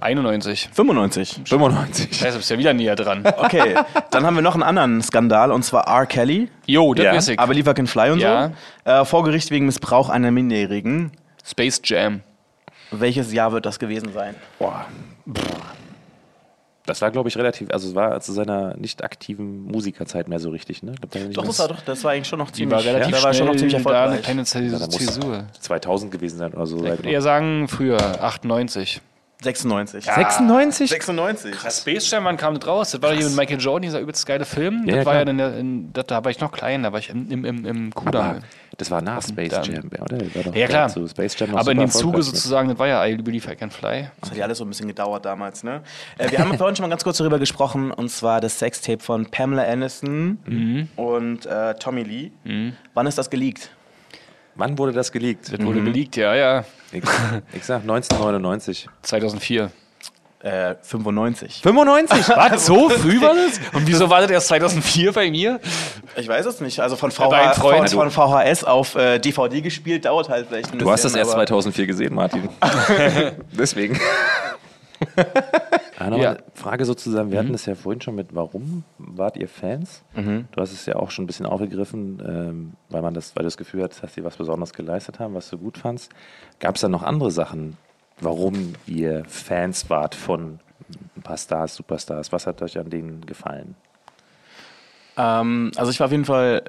S2: 91.
S3: 95.
S1: 95.
S2: Scheiße, bist ja wieder näher dran.
S3: Okay, dann haben wir noch einen anderen Skandal und zwar R. Kelly.
S2: Jo, das
S1: Ja,
S2: weiß ich.
S3: Aber lieber Can Fly und
S2: Ja.
S3: so. Äh, vor Gericht wegen Missbrauch einer Minderjährigen.
S2: Space Jam.
S3: Welches Jahr wird das gewesen sein?
S1: Boah. Das war, glaube ich, relativ, also es war zu seiner nicht aktiven Musikerzeit mehr so richtig, ne? Ich glaub, da nicht
S3: Doch,
S1: mehr-
S3: das war doch, das war eigentlich schon noch
S2: Die
S3: ziemlich,
S2: war relativ
S3: da
S2: schnell
S3: war schon noch ziemlich
S2: da eine
S3: erfolgreich.
S2: kleine
S1: Ja, genau. da muss
S2: Zäsur.
S1: 2000 gewesen sein oder so.
S2: Ich würde eher sagen, früher, 98.
S3: 96.
S1: 96?
S3: 96.
S2: Space Jam, wann kam das raus? Das war hier mit Michael Jordan, dieser übelst geile Film.
S1: Ja, ja,
S2: das war
S1: klar.
S2: ja in der, in, das, da war ich noch klein, da war ich im, im, im, im
S1: Aber
S2: Kudamm.
S1: Ah, das war nach Space
S2: dann-
S1: Jam, oder? Der War doch
S2: Ja, klar.
S1: zu Space Jam noch
S2: Aber in
S1: super
S2: dem Zuge
S1: erfolgreich. ne?
S2: sozusagen, das war ja I Believe I Can Fly.
S3: Das hat ja alles so ein bisschen gedauert damals, ne? Äh, wir haben vorhin schon mal ganz kurz darüber gesprochen, und zwar das Sextape von Pamela Anderson
S1: Mhm.
S3: und äh, Tommy Lee. Wann ist das geleakt?
S1: Wann wurde das geleakt?
S2: Das wurde geleakt, ja, ja.
S1: Ich, ich sag 1999.
S2: 2004.
S3: Äh, 95.
S1: 95?
S2: Was? So früh war das? Und wieso war das erst 2004 bei mir?
S3: Ich weiß es nicht. Also von,
S2: bei einem
S3: VH,
S2: Freund.
S3: von, von VHS auf äh, DVD gespielt, dauert halt vielleicht ein
S1: Du hast das
S3: bisschen,
S1: erst
S3: aber-
S1: 2004 gesehen, Martin. Deswegen. Ah, noch
S2: Ja.
S1: eine Frage sozusagen, wir hatten das ja vorhin schon mit, warum wart ihr Fans? Du hast es ja auch schon ein bisschen aufgegriffen, ähm, weil, man das, weil du das Gefühl hat, dass sie was Besonderes geleistet haben, was du gut fandst. Gab es da noch andere Sachen, warum ihr Fans wart von ein paar Stars, Superstars? Was hat euch an denen gefallen?
S3: Ähm, also ich war auf jeden Fall,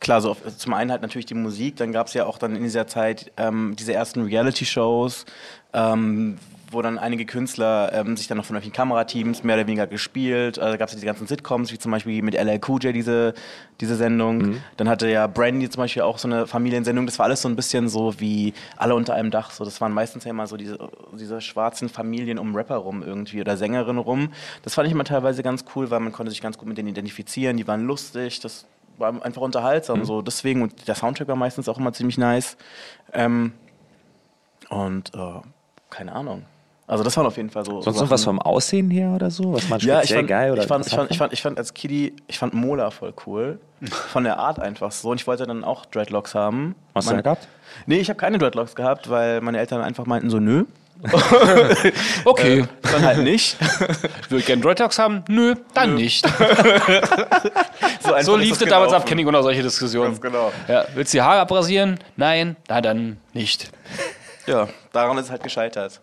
S3: klar, so auf, zum einen halt natürlich die Musik, dann gab es ja auch dann in dieser Zeit ähm, diese ersten Reality-Shows, ähm, wo dann einige Künstler ähm, sich dann noch von irgendwelchen Kamerateams mehr oder weniger gespielt. Also gab es ja diese ganzen Sitcoms, wie zum Beispiel mit LL Cool J diese, diese Sendung. Dann hatte ja Brandy zum Beispiel auch so eine Familiensendung. Das war alles so ein bisschen so wie alle unter einem Dach. So, das waren meistens ja immer so diese, diese schwarzen Familien um Rapper rum irgendwie oder Sängerinnen rum. Das fand ich immer teilweise ganz cool, weil man konnte sich ganz gut mit denen identifizieren. Die waren lustig, das war einfach unterhaltsam.
S1: Mhm.
S3: So deswegen und der Soundtrack war meistens auch immer ziemlich nice. Ähm, und äh, keine Ahnung. Also das waren auf jeden Fall so.
S1: Sonst
S3: Sachen.
S1: noch was vom Aussehen her oder so? Was man
S3: Ja,
S1: speziell
S3: ich fand,
S1: geil oder
S3: ich, fand, ich,
S1: interessant
S3: fand, ich, fand, ich fand als Kiddie, ich fand Mola voll cool. Von der Art einfach so. Und ich wollte dann auch Dreadlocks haben.
S1: Hast du
S3: Meine-
S1: da gehabt?
S3: Nee, ich habe keine Dreadlocks gehabt, weil meine Eltern einfach meinten so, nö.
S2: Okay.
S3: Dann halt nicht.
S2: Ich würde gerne Dreadlocks haben? Nö, dann nicht.
S3: einfach
S2: So
S3: ist
S2: lief
S3: das
S2: das damals ab,
S3: gelaufen.
S2: kenne ich auch noch solche Diskussionen.
S3: Ganz genau.
S2: Ja, willst du die Haare abrasieren? Nein, na dann nicht.
S3: Ja, daran ist es halt gescheitert.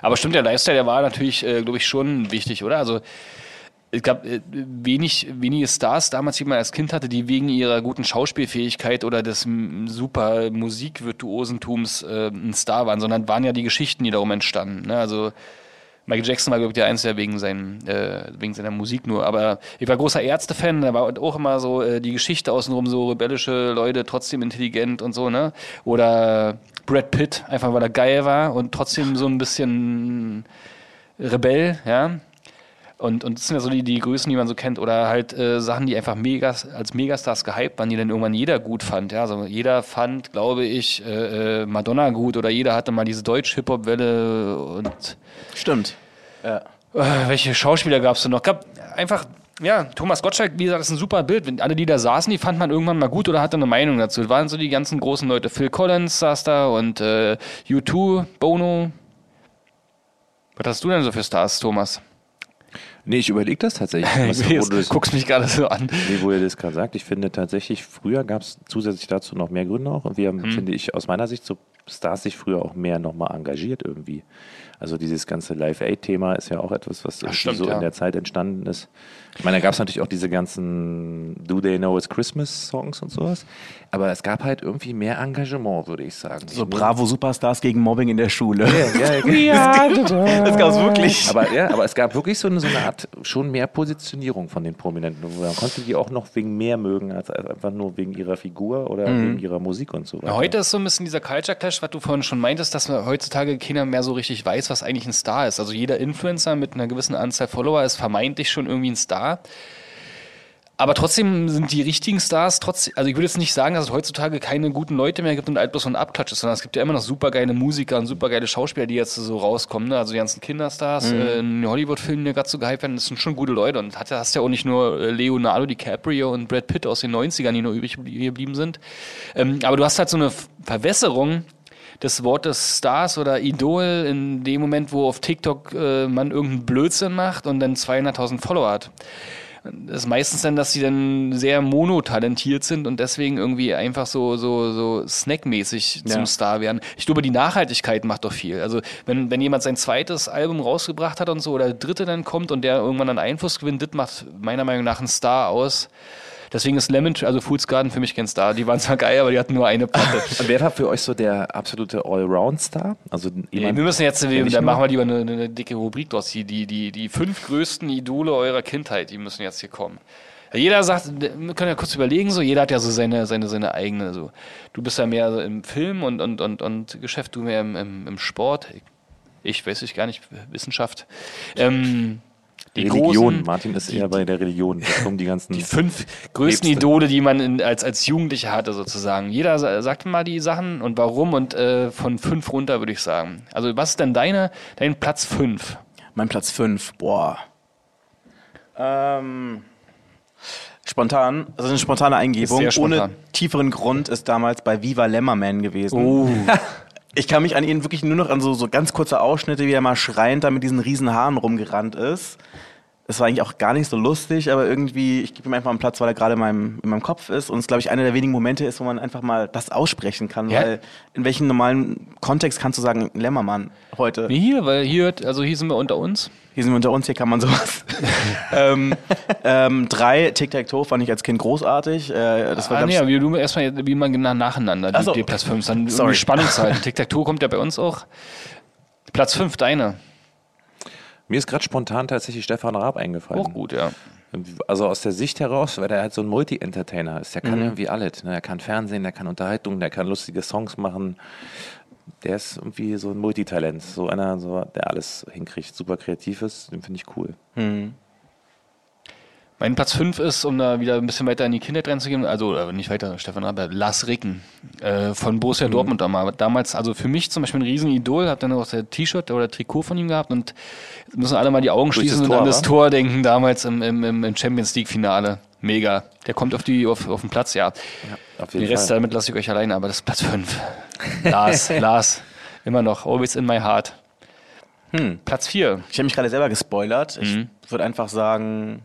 S2: Aber stimmt, der Lifestyle, der war natürlich, äh, glaube ich, schon wichtig, oder? Also es gab äh, wenig, wenige Stars damals, die man als Kind hatte, die wegen ihrer guten Schauspielfähigkeit oder des m, super Musikvirtuosentums äh, ein Star waren, sondern waren ja die Geschichten, die darum entstanden. Ne? Also Michael Jackson war, glaube ich, der Einzige wegen, seinem, äh, wegen seiner Musik nur. Aber ich war großer Ärzte-Fan, da war auch immer so äh, die Geschichte außenrum, so rebellische Leute, trotzdem intelligent und so, ne? Oder Brad Pitt, einfach weil er geil war und trotzdem so ein bisschen Rebell, ja? Und, und das sind ja so die, die Größen, die man so kennt. Oder halt äh, Sachen, die einfach Megas, als Megastars gehypt waren, die dann irgendwann jeder gut fand. Ja? Also jeder fand, glaube ich, äh, äh, Madonna gut oder jeder hatte mal diese Deutsch-Hip-Hop-Welle und
S3: Stimmt. Ja.
S2: äh, welche Schauspieler gab es denn noch? Gab einfach, ja, Thomas Gottschalk, wie gesagt, ist ein super Bild. Wenn Alle, die da saßen, die fand man irgendwann mal gut oder hatte eine Meinung dazu. Das waren so die ganzen großen Leute. Phil Collins saß da und äh, U2, Bono. Was hast du denn so für Stars, Thomas?
S1: Nee, ich überlege das tatsächlich. Was, wo du das-
S2: guckst mich gerade so an.
S1: Nee, wo ihr das gerade sagt, ich finde tatsächlich, früher gab es zusätzlich dazu noch mehr Gründe auch. Und wir haben, finde ich, aus meiner Sicht so Stars sich früher auch mehr nochmal engagiert irgendwie. Also dieses ganze Live-Aid-Thema ist ja auch etwas, was irgendwie
S2: stimmt,
S1: so
S2: ja.
S1: in der Zeit entstanden ist. Ich meine, da gab es natürlich auch diese ganzen Do They Know It's Christmas-Songs und sowas. Aber es gab halt irgendwie mehr Engagement, würde ich sagen.
S3: So
S1: Ich-
S3: Bravo Superstars gegen Mobbing in der Schule.
S1: Ja, ja,
S3: Das gab's wirklich.
S1: aber, ja, aber es gab wirklich so eine, so eine Art schon mehr Positionierung von den Prominenten. Und Man konnte die auch noch wegen mehr mögen, als, als einfach nur wegen ihrer Figur oder wegen ihrer Musik und so weiter.
S2: Mhm. Heute ist so ein bisschen dieser Culture Clash, was du vorhin schon meintest, dass man heutzutage keiner mehr so richtig weiß, was eigentlich ein Star ist. Also jeder Influencer mit einer gewissen Anzahl Follower ist vermeintlich schon irgendwie ein Star. Aber trotzdem sind die richtigen Stars trotzdem, also ich würde jetzt nicht sagen, dass es heutzutage keine guten Leute mehr gibt und alt bloß so ein Abklatsch ist, sondern es gibt ja immer noch supergeile Musiker und supergeile Schauspieler, die jetzt so rauskommen. Ne? Also die ganzen Kinderstars äh, in den Hollywood-Filmen, die gerade so gehypt werden, das sind schon gute Leute. Und hat, hast ja auch nicht nur äh, Leonardo DiCaprio und Brad Pitt aus den 90ern, die noch übrig geblie- geblieben sind. Ähm, aber du hast halt so eine Verwässerung des Wortes Stars oder Idol in dem Moment, wo auf TikTok äh, man irgendeinen Blödsinn macht und dann 200.000 Follower hat. Das ist meistens dann, dass sie dann sehr monotalentiert sind und deswegen irgendwie einfach so, so, so snackmäßig
S3: Ja.
S2: zum Star werden. Ich glaube, die Nachhaltigkeit macht doch viel. Also, wenn, wenn jemand sein zweites Album rausgebracht hat und so oder dritte dann kommt und der irgendwann dann Einfluss gewinnt, das macht meiner Meinung nach einen Star aus. Deswegen ist Lemon, Tree- also Fools Garden für mich kein Star. Die waren zwar geil, aber die hatten nur eine Platte.
S1: Und wer war für euch so der absolute Allround-Star? Also
S2: Nee,
S1: jemand,
S2: wir müssen jetzt, wir,
S1: nicht
S2: da
S1: nur-
S2: machen wir lieber eine, eine dicke Rubrik draus. Die, die, die, die fünf größten Idole eurer Kindheit, die müssen jetzt hier kommen. Jeder sagt, wir können ja kurz überlegen, so, jeder hat ja so seine, seine, seine eigene, so. Du bist ja mehr so im Film und, und, und, und Geschäft, du mehr im, im, im Sport. Ich, ich weiß ich gar nicht, Wissenschaft. Ähm, die
S1: Religion.
S2: großen-
S1: Martin ist
S2: die-
S1: eher bei der Religion. Da kommen die ganzen.
S2: die fünf größten
S1: Liebste.
S2: Idole, die man in, als, als Jugendlicher hatte, sozusagen. Jeder sa- sagt mal die Sachen und warum und äh, von fünf runter, würde ich sagen. Also, was ist denn deine, dein Platz fünf?
S3: Mein Platz 5, boah. Ähm, spontan, also eine spontane Eingebung,
S2: Ist sehr spontan.
S3: ohne tieferen Grund, ist damals bei Viva Lämmerman gewesen.
S2: Oh.
S3: Ich kann mich an ihn wirklich nur noch an so, so ganz kurze Ausschnitte, wie er mal schreiend da mit diesen riesen Haaren rumgerannt ist. Es war eigentlich auch gar nicht so lustig, aber irgendwie, ich gebe ihm einfach einen Platz, weil er gerade in meinem, in meinem Kopf ist und es, glaube ich, einer der wenigen Momente ist, wo man einfach mal das aussprechen kann,
S2: Ja.
S3: weil in welchem normalen Kontext kannst du sagen, Lämmermann heute?
S2: Nee, hier, weil hier, also hier sind wir unter uns.
S3: Hier sind wir unter uns, hier kann man sowas. ähm, ähm, drei, Tic-Tac-Toe fand ich als Kind großartig. Äh, das war,
S2: Ah,
S3: glaub ich,
S2: nee, wie du erstmal, jetzt- wie man genau nacheinander, die,
S3: Ach so.
S2: die Platz fünf, dann
S3: Sorry.
S2: irgendwie Spannungshalten. Tic-Tac-Toe kommt ja bei uns auch. Platz fünf, deine.
S1: Mir ist gerade spontan tatsächlich Stefan Raab eingefallen.
S2: Auch gut, ja.
S1: Also aus der Sicht heraus, weil der halt so ein Multi-Entertainer ist. Der kann
S2: Mhm.
S1: irgendwie alles. Ne? Er kann Fernsehen, der kann Unterhaltung, der kann lustige Songs machen. Der ist irgendwie so ein Multitalent. So einer, so, der alles hinkriegt, super kreativ ist. Den finde ich cool.
S2: Mein Platz 5 ist, um da wieder ein bisschen weiter in die Kindheit reinzugehen, also äh, nicht weiter, Stefan aber Lars Ricken äh, von
S1: Mhm.
S2: Borussia Dortmund damals. damals. Also für mich zum Beispiel ein Riesenidol, hab dann auch das T-Shirt oder Trikot von ihm gehabt und jetzt müssen alle mal die Augen
S1: Durch das
S2: schließen und
S1: Tor,
S2: an das
S1: wa?
S2: Tor denken damals im, im, im im Champions League-Finale. Mega. Der kommt auf, die, auf, auf den Platz, ja.
S1: Auf
S2: Den Rest damit lasse ich euch alleine, aber das ist Platz 5. Lars, Lars, immer noch. Always in my heart.
S1: Hm.
S2: Platz 4.
S3: ich habe mich gerade selber gespoilert. Ich
S2: Mhm.
S3: würde einfach sagen,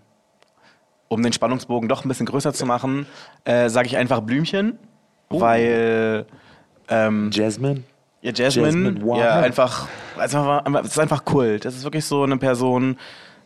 S3: um den Spannungsbogen doch ein bisschen größer zu machen, äh, sage ich einfach Blümchen,
S2: Oh.
S3: weil ähm,
S1: Jasmine?
S3: ja, Jasmine,
S1: Jasmine Wahab.
S3: ja, einfach, also einfach, es ist einfach Kult. Das ist wirklich so eine Person,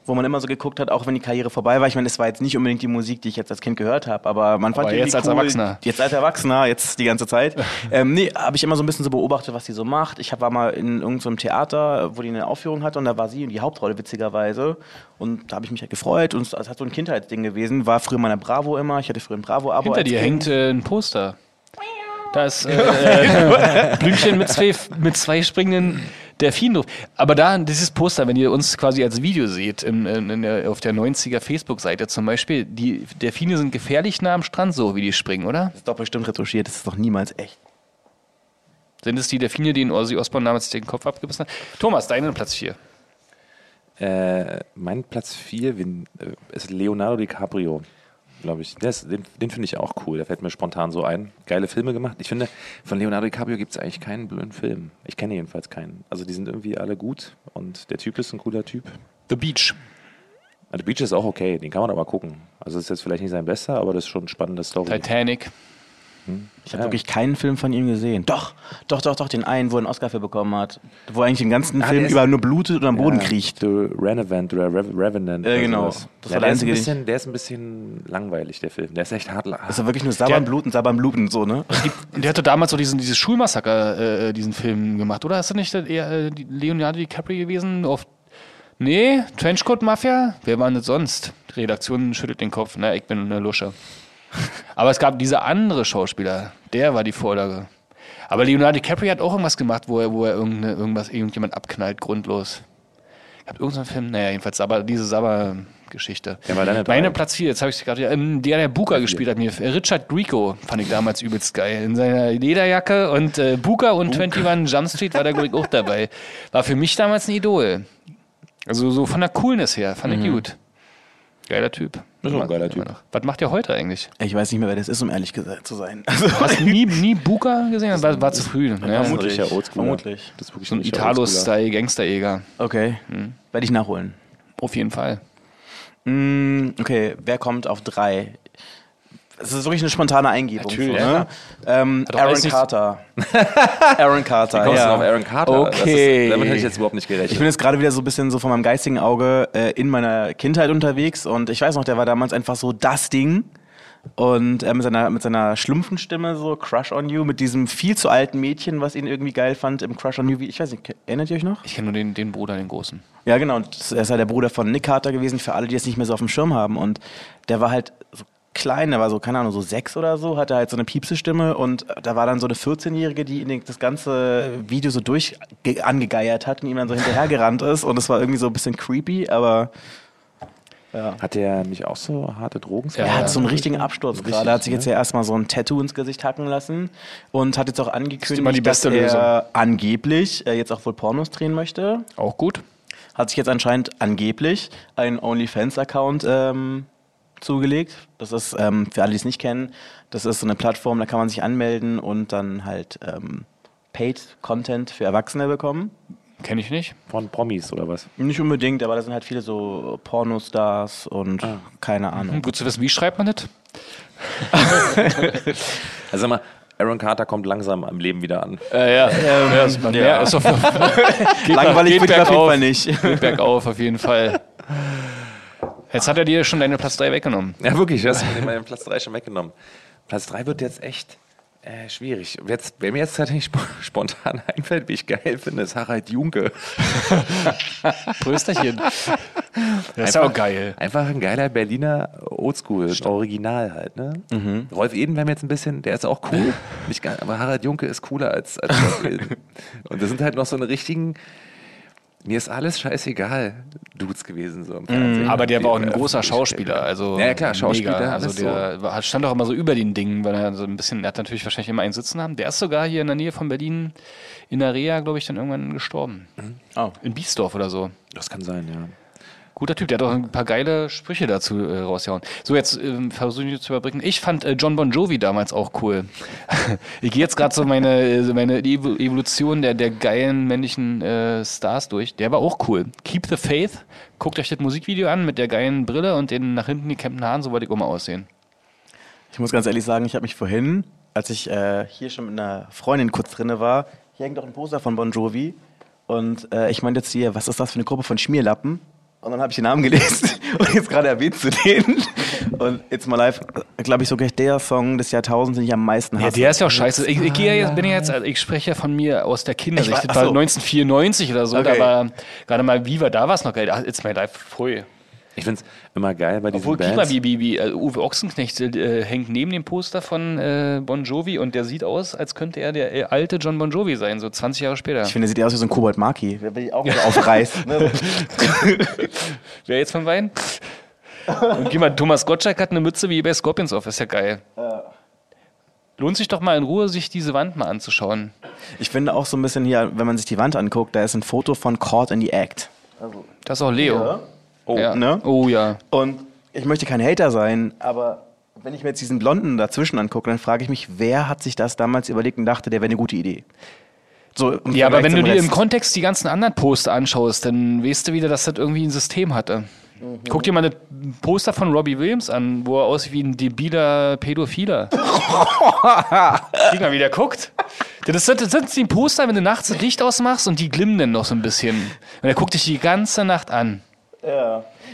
S3: wo man immer so geguckt hat, auch wenn die Karriere vorbei war. Ich meine, es war jetzt nicht unbedingt die Musik, die ich jetzt als Kind gehört habe, aber man fand
S2: Aber
S3: die
S2: jetzt als
S3: irgendwie cool.
S2: Erwachsener.
S3: Jetzt als Erwachsener, jetzt die ganze Zeit. ähm, nee, habe ich immer so ein bisschen so beobachtet, was die so macht. Ich hab- war mal in irgendeinem Theater, wo die eine Aufführung hatte und da war sie die Hauptrolle, witzigerweise. Und da habe ich mich halt gefreut und es es hat so ein Kindheitsding gewesen. War früher in meiner Bravo immer, ich hatte früher ein Bravo-Abo.
S2: Hinter
S3: als
S2: dir
S3: Kind.
S2: hängt äh, ein Poster. Da ist äh, äh, Blümchen mit zwei, mit zwei springenden Delfinen drauf. Aber da, dieses Poster, wenn ihr uns quasi als Video seht, im, in, in der, auf der 90er Facebook-Seite zum Beispiel, die Delfine sind gefährlich nah am Strand, so wie die springen, oder?
S3: Das ist doch bestimmt retuschiert, das ist doch niemals echt.
S2: Sind es die Delfine, die in Ozzy Osbourne damals den Kopf abgebissen hat? Thomas, deinen Platz 4.
S1: Äh, mein Platz 4 ist Leonardo DiCaprio, glaube ich. Der ist, den den finde ich auch cool. Der fällt mir spontan so ein. Geile Filme gemacht. Ich finde, von Leonardo DiCaprio gibt es eigentlich keinen blöden Film. Ich kenne jedenfalls keinen. Also die sind irgendwie alle gut und der Typ ist ein cooler Typ.
S2: The Beach.
S1: Also Beach ist auch okay, den kann man aber gucken. Also ist jetzt vielleicht nicht sein bester, aber das ist schon eine spannende Story.
S2: Titanic.
S3: Ich habe wirklich keinen Film von ihm gesehen. Doch, doch, doch, doch, den einen, wo er einen Oscar für bekommen hat. Wo er eigentlich den ganzen
S1: Ah,
S3: Film
S1: der ist-
S3: über nur blutet und am Boden
S1: Ja,
S3: kriecht.
S1: The Revenant oder Rev- Revenant.
S3: Äh,
S1: oder
S3: genau.
S1: sowas. Ja,
S3: Das war der
S1: der, ist ein
S3: einzige, den ich-
S1: bisschen, der ist ein bisschen langweilig, der Film. Der ist echt hart.
S3: Das ist wirklich nur sabbern, bluten, sabbern, bluten, so, ne?
S2: Der hatte damals so diesen, dieses Schulmassaker, äh, diesen Film gemacht, oder? Ist das nicht äh, eher äh, die Leonardo DiCaprio gewesen? Auf nee, Trenchcoat Mafia? Wer war denn das sonst? Die Redaktion schüttelt den Kopf. Na, ich bin eine Lusche. Aber es gab diese andere Schauspieler, der war die Vorlage. Aber Leonardo DiCaprio hat auch irgendwas gemacht, wo er, wo er irgendeine, irgendwas, irgendjemand abknallt, grundlos. Ich hab irgendeinen Film, naja, jedenfalls Sabber, diese Sabber-Geschichte.
S1: Ja, aber deine drei.
S2: Meine Platz 4, jetzt habe ich gerade, ähm, der, der Buka gespielt hat mir, Richard Grieco fand ich damals übelst geil. In seiner Lederjacke und äh, Buka und 21 Jump Street war der Grieco auch dabei.
S1: Mhm.
S2: War für mich damals ein Idol. Also so von der Coolness her, fand ich gut. Geiler Typ.
S1: Ist auch ein geiler Typ.
S2: Was macht ihr heute eigentlich?
S3: Ich weiß nicht mehr, wer das ist, um ehrlich gesa- zu sein. Also,
S2: Hast du nie, nie Buka gesehen? War, war zu früh. Ne?
S3: vermutlich,
S1: richtiger Oldschooler.
S3: vermutlich.
S1: Das ist wirklich
S2: So ein
S1: richtiger Oldschooler.
S2: Italo-Style, Gangsterjäger.
S3: Okay,
S1: Mhm.
S3: werde ich nachholen.
S2: Auf jeden Fall.
S3: Mm, okay, wer kommt auf drei? Es ist wirklich eine spontane Eingebung.
S2: Natürlich,
S3: so, ne? ähm,
S2: doch
S3: Aaron
S2: alles nichts-
S3: Carter. Aaron Carter,
S1: Kommst du
S3: ja.
S1: auf Aaron Carter? Das
S3: Okay.
S1: Ist, damit hätte ich jetzt überhaupt nicht
S3: Ich
S1: gerechnet.
S3: bin jetzt gerade wieder so ein bisschen so von meinem geistigen Auge äh, in meiner Kindheit unterwegs und ich weiß noch, der war damals einfach so das Ding. Und äh, mit, seiner, mit seiner schlumpfen Stimme so, Crush on You, mit diesem viel zu alten Mädchen, was ihn irgendwie geil fand im Crush on You. Wie- Ich weiß nicht, ke- erinnert ihr euch noch?
S2: Ich kenne nur den, den Bruder, den Großen.
S3: Ja, genau. Und das- Er ist ja der Bruder von Nick Carter gewesen, für alle, die es nicht mehr so auf dem Schirm haben. Und der war halt so klein, der war so, keine Ahnung, so sechs oder so, hatte halt so eine piepse Stimme. Und da war dann so eine 14-Jährige, die ihn das ganze Video so durch ge- angegeiert hat und ihm dann so hinterhergerannt ist. Und es war irgendwie so ein bisschen creepy, aber
S1: Hat der nicht auch so harte Drogen?
S2: Ja, ne?
S3: er hat
S2: ja.
S3: so einen richtigen Absturz gerade. Er hat sich jetzt ja erstmal so ein Tattoo ins Gesicht hacken lassen und hat jetzt auch angekündigt,
S2: immer die beste
S3: dass er
S2: Lösung.
S3: angeblich äh, jetzt auch wohl Pornos drehen möchte.
S2: Auch gut.
S3: hat sich jetzt anscheinend angeblich einen OnlyFans-Account ähm, zugelegt. Das ist, ähm, für alle, die es nicht kennen, das ist so eine Plattform, da kann man sich anmelden und dann halt ähm, Paid-Content für Erwachsene bekommen.
S2: Kenne ich nicht.
S1: Von Promis oder was?
S3: Nicht unbedingt, aber da sind halt viele so Pornostars und keine Ahnung.
S2: Hm, Gut zu wissen, wie schreibt man das?
S1: Also sag mal, Aaron Carter kommt langsam am Leben wieder an.
S2: Äh, ja. ja, ist, man mehr, ist auf, geht
S3: Ähm, Langweilig
S2: geht
S3: wird er auf jeden
S2: bergauf.
S3: Fall nicht.
S2: Geht bergauf, auf jeden Fall. Jetzt hat er dir schon deine Platz 3 weggenommen.
S1: Ja, wirklich, du hast mir meinen Platz 3 schon weggenommen. Platz 3 wird jetzt echt äh, schwierig. Jetzt, wer mir jetzt tatsächlich sp- spontan einfällt, wie ich geil finde, ist Harald Junke.
S2: Prösterchen. Das ist auch geil.
S1: Einfach ein geiler Berliner Oldschool, Original halt. Ne?
S2: Mhm.
S1: Rolf Eden wäre mir jetzt ein bisschen, der ist auch cool, nicht geil, aber Harald Junke ist cooler als, als Rolf Eden. Und das sind halt noch so eine richtigen, mir ist alles scheißegal, Dudes gewesen so im Fernsehen.
S2: Mhm. Aber der war auch
S1: Die,
S2: ein
S1: äh,
S2: großer
S1: öffentlich
S2: Schauspieler.
S1: gestellt werden.
S2: Also
S1: Ja, ja, klar, Schauspieler,
S2: Mega. Also
S1: alles
S2: der war- stand doch immer so über den Dingen, weil er so ein bisschen, er hat natürlich wahrscheinlich immer einen Sitzen haben. Der ist sogar hier in der Nähe von Berlin in der Reha, glaube ich, dann irgendwann gestorben.
S1: Mhm.
S3: Oh.
S2: In Biesdorf oder so.
S1: Das kann sein, ja.
S2: Guter Typ, der hat auch ein paar geile Sprüche dazu äh, rausgehauen. So, jetzt ähm, versuche ich zu überbrücken. Ich fand äh, John Bon Jovi damals auch cool. ich gehe jetzt gerade so meine, äh, so meine Evo- Evolution der, der geilen männlichen äh, Stars durch. Der war auch cool. Keep the Faith. Guckt euch das Musikvideo an mit der geilen Brille und den nach hinten gekämmten Haaren. So wollte ich auch mal aussehen.
S3: Ich muss ganz ehrlich sagen, ich habe mich vorhin, als ich äh, hier schon mit einer Freundin kurz drinne war, hier hängt auch ein Poster von Bon Jovi. Und äh, ich meinte jetzt hier, was ist das für eine Gruppe von Schmierlappen? Und dann habe ich den Namen gelesen und jetzt gerade erwähnt zu denen. Und It's My Life, glaube ich, sogar der Song des Jahrtausends, den ich am meisten hasse.
S2: Ja, der ist ja auch scheiße. Ich, ich, gehe ja jetzt, bin ja jetzt, also ich spreche ja von mir aus der Kindersicht.
S3: Ich war-
S2: das war
S3: ach so.
S2: 1994 oder so. Da
S3: Okay.
S2: war gerade mal Viva, da war es noch geil. Ach, It's my life. Pfui.
S1: Ich finde es immer geil bei diesen
S2: Obwohl
S1: Bands.
S2: Klimabibi, also Uwe Ochsenknecht äh, hängt neben dem Poster von äh, Bon Jovi und der sieht aus, als könnte er der äh, alte John Bon Jovi sein, so 20 Jahre später.
S3: Ich finde, der sieht eher aus wie so ein Kobold Maki. Wer will die auch aufreißt. Ne?
S2: Wer jetzt von beiden? und geh mal, Thomas Gottschalk hat eine Mütze wie bei Scorpions auf, ist ja geil. Lohnt sich doch mal in Ruhe, sich diese Wand mal anzuschauen.
S3: Ich finde auch so ein bisschen hier, wenn man sich die Wand anguckt, da ist ein Foto von Caught in the Act.
S2: Das ist auch Leo.
S3: Oh,
S2: Ja.
S3: ne?
S2: Oh ja.
S3: Und ich möchte kein Hater sein, aber wenn ich mir jetzt diesen Blonden dazwischen angucke, dann frage ich mich, wer hat sich das damals überlegt und dachte, der wäre eine gute Idee? So, um im
S2: Ja, aber
S3: Vergleich
S2: wenn du
S3: zum
S2: dir im
S3: Rest.
S2: Kontext die ganzen anderen Poster anschaust, dann weißt du wieder, dass das irgendwie ein System hatte.
S3: Mhm.
S2: Guck dir mal das Poster von Robbie Williams an, wo er aussieht wie ein debiler Pädophiler. Guck mal, wie der guckt. Das sind, das sind die Poster, wenn du nachts das Licht ausmachst und die glimmen dann noch so ein bisschen. Und er guckt dich die ganze Nacht an.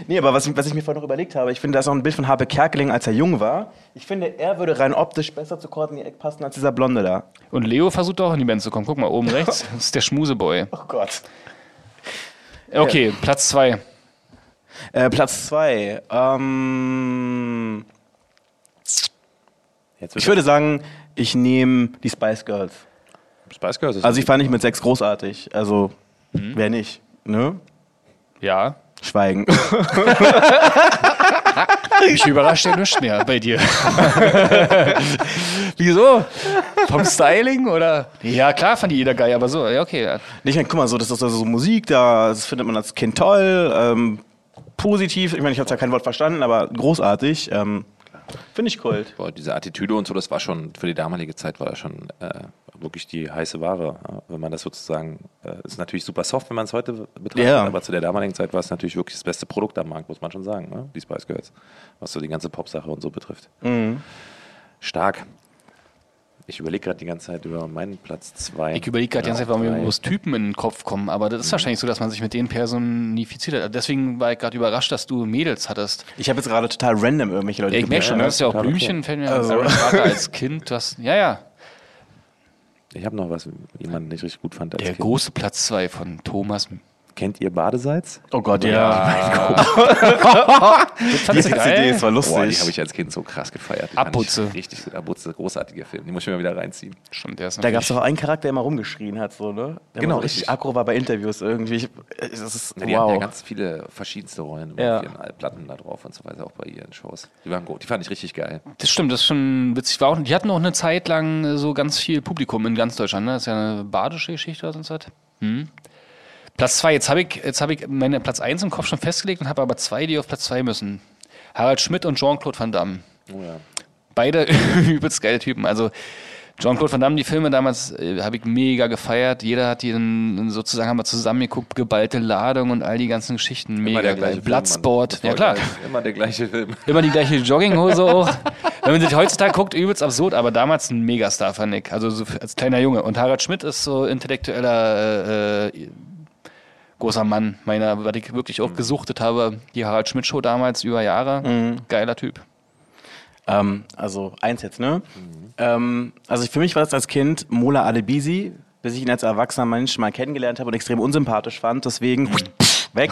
S3: Nee, aber was, ich- was ich mir vorhin noch überlegt habe, ich finde, da ist auch ein Bild von Habe Kerkeling, als er jung war. Ich finde, er würde rein optisch besser zu Courtney Eck passen als dieser Blonde da.
S2: Und Leo versucht auch in die Band zu kommen. Guck mal, oben rechts das ist der Schmuseboy.
S3: Oh Gott.
S2: Okay, Platz zwei.
S3: Äh, Platz zwei. Ähm,
S1: Jetzt
S3: ich
S1: wird
S3: würde sagen, ich nehme die Spice Girls.
S1: Spice Girls ist Mhm.
S3: Also, ich fand ich mit sechs großartig. Also, wer nicht? Ne?
S2: Ja.
S3: Schweigen.
S2: Ich überrasche ja nicht mehr bei dir. Wieso? Vom Styling oder? Ja, klar fand die jeder geil, aber so, ja, okay. ja.
S3: Ich meine, guck mal, so, das ist also so Musik, da, das findet man als Kind toll. Ähm, positiv. Ich meine, ich habe zwar kein Wort verstanden, aber großartig. Ähm, Finde ich Colt.
S1: Boah, diese Attitüde und so, das war schon für die damalige Zeit war das schon äh, wirklich die heiße Ware. Ja? Wenn man das sozusagen, äh, ist natürlich super soft, wenn man es heute betrachtet,
S3: Ja.
S1: aber zu der damaligen Zeit war es natürlich wirklich das beste Produkt am Markt, muss man schon sagen, ne? die Spice Girls, was so die ganze Popsache und so betrifft. Stark. Ich überlege gerade die ganze Zeit über meinen Platz 2.
S2: Ich überlege gerade die ganze Zeit, warum mir bloß Typen in den Kopf kommen, aber das ist wahrscheinlich so, dass man sich mit denen personifiziert hat. Deswegen war ich gerade überrascht, dass du Mädels hattest.
S3: Ich habe jetzt gerade total random irgendwelche Leute
S2: Ja, ich merke schon,
S3: gemerkt,
S2: du hast ja auch
S1: total
S2: Blümchen,
S1: okay.
S2: fällt mir also. als Kind. Du hast, ja, ja.
S1: Ich habe noch was, jemanden, den ich richtig gut fand. Als
S2: Der
S1: kind.
S2: große Platz 2 von Thomas.
S1: Kennt ihr Badesalz?
S3: ne? Oh Gott, ja.
S2: Das
S3: Die CD, das war lustig.
S1: Boah, die habe ich als Kind so krass gefeiert. Die fand ich
S2: Abputze.
S1: Richtig, gut. Abputze, großartiger Film. Die muss ich mir mal wieder reinziehen.
S2: Stimmt, der ist
S3: da gab
S2: natürlich-
S3: es doch einen Charakter, der immer rumgeschrien hat, so, ne? Der
S1: Genau,
S3: immer so richtig
S1: richtig.
S3: aggro war bei Interviews irgendwie. Ich, das ist,
S1: Ja, die hatten ja
S3: wow.
S1: ganz viele verschiedenste Rollen
S3: Ja.
S1: auf ihren alten Platten da drauf und so weiter, auch bei ihren Shows. Die waren gut, die fand ich richtig geil.
S2: Das stimmt, das ist schon witzig. War auch, die hatten auch eine Zeit lang äh, so ganz viel Publikum in ganz Deutschland. Ne? Das ist ja eine badische Geschichte, was uns hat. Hm. Platz zwei. jetzt habe ich, jetzt hab ich meine Platz eins im Kopf schon festgelegt und habe aber zwei, die auf Platz zwei müssen. Harald Schmidt und Jean-Claude Van Damme.
S1: Oh ja.
S2: Beide übelst geile Typen. Also Jean-Claude Van Damme, die Filme damals äh, habe ich mega gefeiert. Jeder hat die dann sozusagen haben wir zusammengeguckt, geballte Ladung und all die ganzen Geschichten. Mega geil.
S1: Film,
S2: Bloodsport.
S1: Mann.
S2: Ja klar.
S1: Voll geil. Immer der gleiche Film.
S2: Immer die gleiche Jogginghose auch. Wenn man sich heutzutage guckt, übelst absurd, aber damals ein Megastar, fand ich. Also so als kleiner Junge. Und Harald Schmidt ist so intellektueller äh, äh, großer Mann meiner, was ich wirklich auch gesuchtet habe. Die Harald Schmidt Show damals über Jahre. Geiler Typ.
S3: Ähm, also eins jetzt, ne? Ähm, also für mich war das als Kind Mola Adebisi, bis ich ihn als erwachsener Mensch mal kennengelernt habe und extrem unsympathisch fand. Deswegen weg.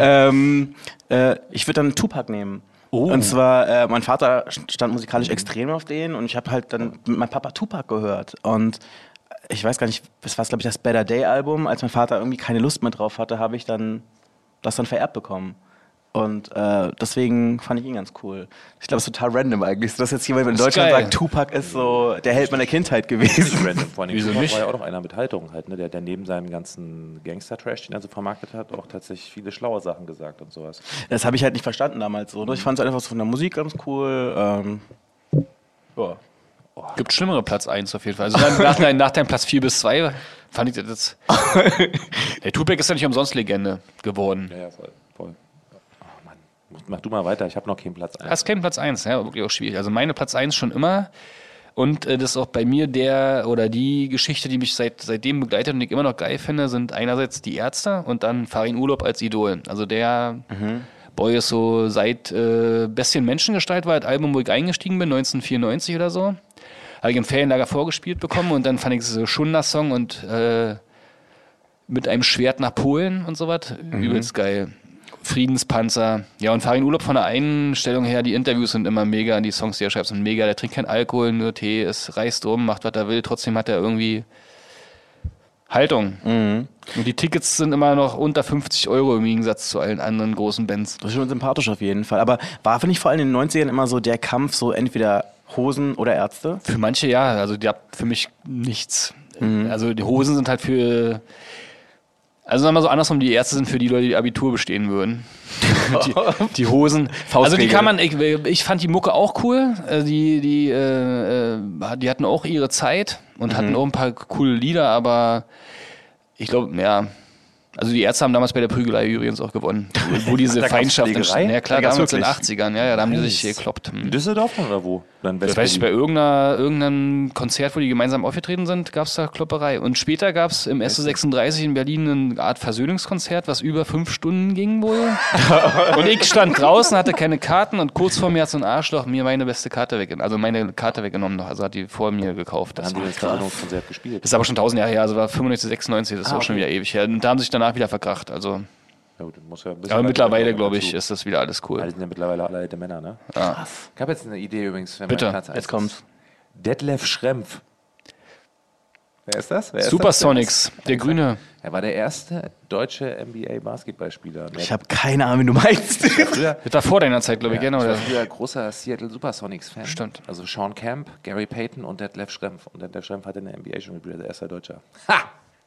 S3: ähm, äh, ich würde dann Tupac nehmen. Und zwar, äh, mein Vater st- stand musikalisch extrem auf den und ich habe halt dann mit meinem Papa Tupac gehört. Und ich weiß gar nicht, das war, glaube ich, das Better Day Album. Als mein Vater irgendwie keine Lust mehr drauf hatte, habe ich dann das dann vererbt bekommen. Und äh, deswegen fand ich ihn ganz cool. Ich glaube, es ist total random eigentlich, dass jetzt jemand in
S2: Das ist
S3: Deutschland
S2: geil.
S3: sagt, Tupac ist so der Held meiner Kindheit gewesen.
S1: Random. Vor allem
S2: Wieso
S1: Tupac
S2: nicht?
S1: war ja auch noch einer mit Haltung halt, ne? der, der neben seinem ganzen Gangster-Trash, den er so vermarktet hat, auch tatsächlich viele schlaue Sachen gesagt und sowas.
S3: Das habe ich halt nicht verstanden damals so. Ne? Ich fand es einfach so von der Musik ganz cool. Ähm, ja.
S2: Gibt schlimmere Platz 1 auf jeden Fall. Also dann nach, deinem- nach deinem Platz 4 bis 2 fand ich das. Der Tupac ist ja nicht umsonst Legende geworden.
S1: Ja, voll. voll. Oh Mann. Mach du mal weiter, ich habe noch keinen Platz.
S2: Das ist kein Platz 1, ja, wirklich auch schwierig. Also meine Platz 1 schon immer. Und äh, das ist auch bei mir der oder die Geschichte, die mich seit, seitdem begleitet und ich immer noch geil finde, sind einerseits die Ärzte und dann Farin Urlaub als Idol. Also der Boy ist so seit äh, Bisschen Menschengestalt war, das Album, wo ich eingestiegen bin, 1994 oder so. Habe ich im Ferienlager vorgespielt bekommen und dann fand ich so Schunder-Song und äh, mit einem Schwert nach Polen und so was. Übelst geil. Friedenspanzer. Ja, und Farin Urlaub von der Einstellung her, die Interviews sind immer mega, die Songs, die er schreibt, sind mega. Der trinkt keinen Alkohol, nur Tee, ist reist rum, macht, was er will. Trotzdem hat er irgendwie Haltung. Und die Tickets sind immer noch unter 50 Euro im Gegensatz zu allen anderen großen Bands.
S3: Das ist schon sympathisch auf jeden Fall. Aber war, finde ich, vor allem in den 90ern immer so der Kampf, so entweder Hosen oder Ärzte.
S2: Für manche ja, also die habt für mich nichts.
S3: Mhm.
S2: Also die Hosen sind halt für. Also sagen wir mal so andersrum, die Ärzte sind für die Leute, die Abitur bestehen würden. die, die Hosen. Also die
S3: Faustregel.
S2: kann man, ich, ich fand die Mucke auch cool. Also Die, die, äh, äh, die hatten auch ihre Zeit und
S3: Mhm.
S2: hatten auch ein paar coole Lieder, aber ich glaube, ja. Also die Ärzte haben damals bei der Prügelei übrigens auch gewonnen, wo diese
S3: Da gab's
S2: Feindschaft
S3: Schlägerei?
S2: entstand. Ja klar,
S3: Da gab's
S2: damals in den
S3: wirklich?
S2: 80ern, ja, ja, da haben die sich gekloppt. Hm.
S1: In Düsseldorf dann oder wo? Dann
S2: Das weiß ich, bei irgendeiner, irgendeinem Konzert, wo die gemeinsam aufgetreten sind, gab es da Klopperei. Und später gab es im SO36 in Berlin eine Art Versöhnungskonzert, was über fünf Stunden ging wohl. und ich stand draußen, hatte keine Karten und kurz vor mir hat so ein Arschloch mir meine beste Karte weggenommen. Also meine Karte weggenommen noch. Also hat die vor mir gekauft.
S1: Da
S2: Das,
S1: haben die das Versammlungskonzert gespielt.
S2: ist aber schon tausend Jahre her, also war 95, 96, das ist auch schon wieder ewig her. Und da haben sich danach wieder verkracht. Also,
S1: Ja, gut, muss ja ein bisschen
S2: aber
S1: weiter
S2: mittlerweile,
S1: kommen
S2: glaube ich,
S1: dazu.
S2: ist das wieder alles
S1: Alle
S2: cool.
S1: sind ja mittlerweile alle alte Männer, ne? Krass. Ich habe jetzt eine Idee übrigens. Wenn
S2: Bitte,
S1: Platz eins
S3: jetzt kommt's.
S1: ist. Detlef Schrempf. Wer ist das? Wer ist das?
S2: Supersonics, der Grüne.
S1: Er war der erste deutsche NBA-Basketballspieler.
S3: Ich habe keine Ahnung, wie du meinst.
S1: früher,
S2: Das war vor deiner Zeit, glaube ich,
S1: ich
S2: genau.
S1: war
S2: Oder?
S1: früher großer Seattle Supersonics-Fan.
S2: Stimmt.
S1: Also Sean Camp, Gary Payton und Detlef Schrempf. Und Detlef Schrempf hat in der NBA schon gespielt, der erste Deutscher. Ha!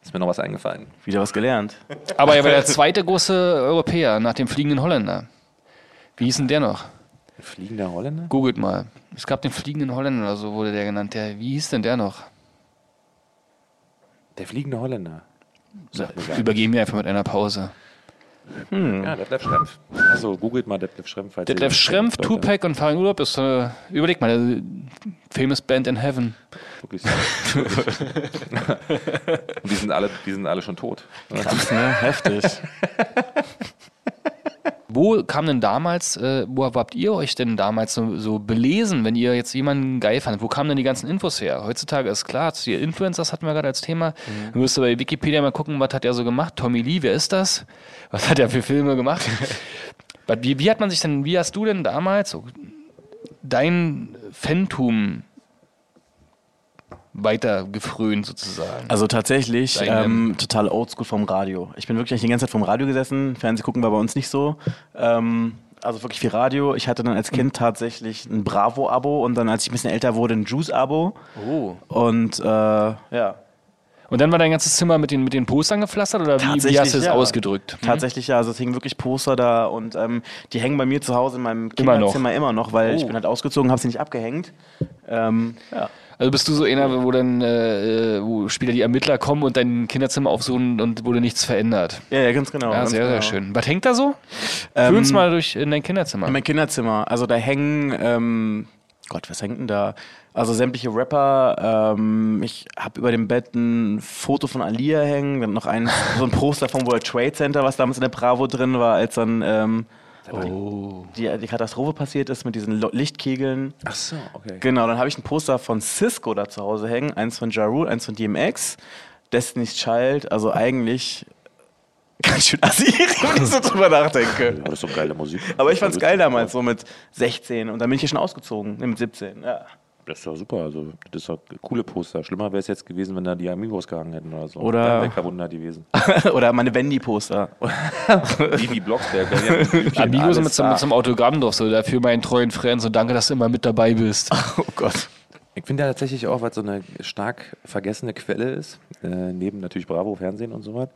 S1: Ist mir noch was eingefallen.
S3: Wieder was gelernt.
S2: Aber er war der zweite große Europäer nach dem fliegenden Holländer. Wie hieß denn der noch?
S1: Ein fliegender Holländer?
S2: Googelt mal. Es gab den fliegenden Holländer oder so, wurde der genannt. Der, wie hieß denn der noch?
S1: Der fliegende Holländer. Sagt mir gar nichts.
S2: Übergeben wir einfach mit einer Pause.
S1: Ja, Detlef Schrempf. Mhm. Also googelt mal Detlef Schrempf. falls ihr
S2: Detlef
S1: ihn
S2: Schrempf,
S1: kennt, Äh, Leute.
S2: Tupac und Farin Urlaub ist so eine, überleg mal, eine famous band in heaven.
S1: Wirklich so. Und die sind alle, die sind alle schon tot.
S3: Krass, ne? Heftig.
S2: Wo kam denn damals, äh, wo habt ihr euch denn damals so, so belesen, wenn ihr jetzt jemanden geil fandet? Wo kamen denn die ganzen Infos her? Heutzutage ist klar, die Influencers hatten wir gerade als Thema.
S3: Mhm.
S2: Du müsst bei Wikipedia mal gucken, was hat er so gemacht? Tommy Lee, wer ist das? Was hat er für Filme gemacht? Was- wie, wie hat man sich denn, wie hast du denn damals so dein Fantum weitergefrönt sozusagen?
S3: Also tatsächlich
S2: Deinem-
S3: ähm, total oldschool vom Radio. Ich bin wirklich eigentlich die ganze Zeit vom Radio gesessen. Fernsehen gucken war bei uns nicht so. Ähm, also wirklich viel Radio. Ich hatte dann als Kind tatsächlich ein Bravo-Abo und dann, als ich ein bisschen älter wurde, ein Juice-Abo.
S2: oh.
S3: Und äh, ja,
S2: Und dann war dein ganzes Zimmer mit den, mit den Postern gepflastert oder wie, wie
S3: Tatsächlich,
S2: hast du es
S3: ja.
S2: ausgedrückt? Hm?
S3: Tatsächlich ja, also es hingen wirklich Poster da und ähm, die hängen bei mir zu Hause in meinem
S2: Immer noch.
S3: Kinderzimmer immer noch, weil ich
S2: Oh.
S3: bin halt ausgezogen, habe sie nicht abgehängt. Ähm, ja.
S2: Also bist du so einer, wo dann äh, äh, wo später die Ermittler kommen und dein Kinderzimmer aufsuchen und wurde nichts verändert.
S3: ja, ja, ganz genau.
S2: Ja,
S3: ganz
S2: sehr,
S3: genau.
S2: sehr schön. Was hängt da so? Führ uns mal durch in dein Kinderzimmer.
S3: In mein Kinderzimmer. Also da hängen, ähm, Gott, was hängt denn da? Also sämtliche Rapper. Ähm, ich habe über dem Bett ein Foto von Alia hängen, dann noch ein, so ein Poster vom World Trade Center, was damals in der Bravo drin war, als dann ähm, die, die Katastrophe passiert ist mit diesen Lo- Lichtkegeln.
S1: Ach so, okay.
S3: Genau, dann habe ich ein Poster von Cisco da zu Hause hängen, eins von Ja Rule, eins von DMX, Destiny's Child, also eigentlich ganz schön assi, wenn ich so drüber nachdenke.
S1: das ist so geile Musik. Also,
S3: Aber ich fand's geil damals, so mit 16 und dann bin ich hier schon ausgezogen, ne, mit 17. Ja.
S1: Das ist doch super. Also, das ist doch coole Poster. Schlimmer wäre es jetzt gewesen, wenn da die Amigos gehangen hätten oder so.
S3: Oder-
S1: Dann wäre Wunder gewesen.
S3: Oder meine Wendy-Poster.
S1: Vivi Blocksberg. Benjamin Blümchen,
S2: Amigos
S1: alles
S2: mit so,
S1: da.
S2: mit so einem Autogramm drauf, so dafür meinen treuen Friend, so danke, dass du immer mit dabei bist.
S3: Oh Gott.
S1: Ich finde ja tatsächlich auch, was so eine stark vergessene Quelle ist, äh, neben natürlich Bravo, Fernsehen und so was,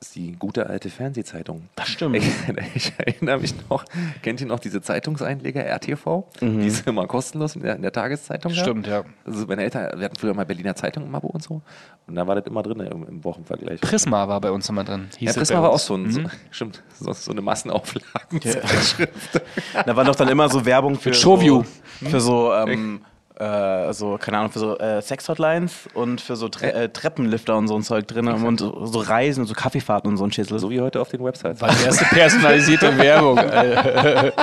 S1: ist die gute alte Fernsehzeitung. Das
S3: stimmt.
S1: Ich, ich erinnere mich noch, kennt ihr noch diese Zeitungseinleger RTV? Die ist immer kostenlos in der, in der Tageszeitung. gab.
S2: Mhm. Stimmt, ja.
S1: Also meine Eltern, wir hatten früher mal Berliner Zeitung im Abo und so. Und da war das immer drin im, im Wochenvergleich.
S2: Prisma war bei uns immer drin. Hieß
S1: ja,
S2: es
S1: Prisma
S2: bei
S1: war auch
S2: uns.
S1: so, ein, so, stimmt, so, so eine Massenauflagen.
S3: Da war doch dann immer so Werbung für
S2: Showview.
S3: so, für so, ähm, äh, so keine Ahnung, für so äh, Sex-Hotlines und für so Tre äh, Treppenlifter und so ein Zeug drin und so Reisen und so Kaffeefahrten und so ein Schissel.
S1: So wie heute auf den Websites.
S2: War die erste personalisierte Werbung. Alter. ja.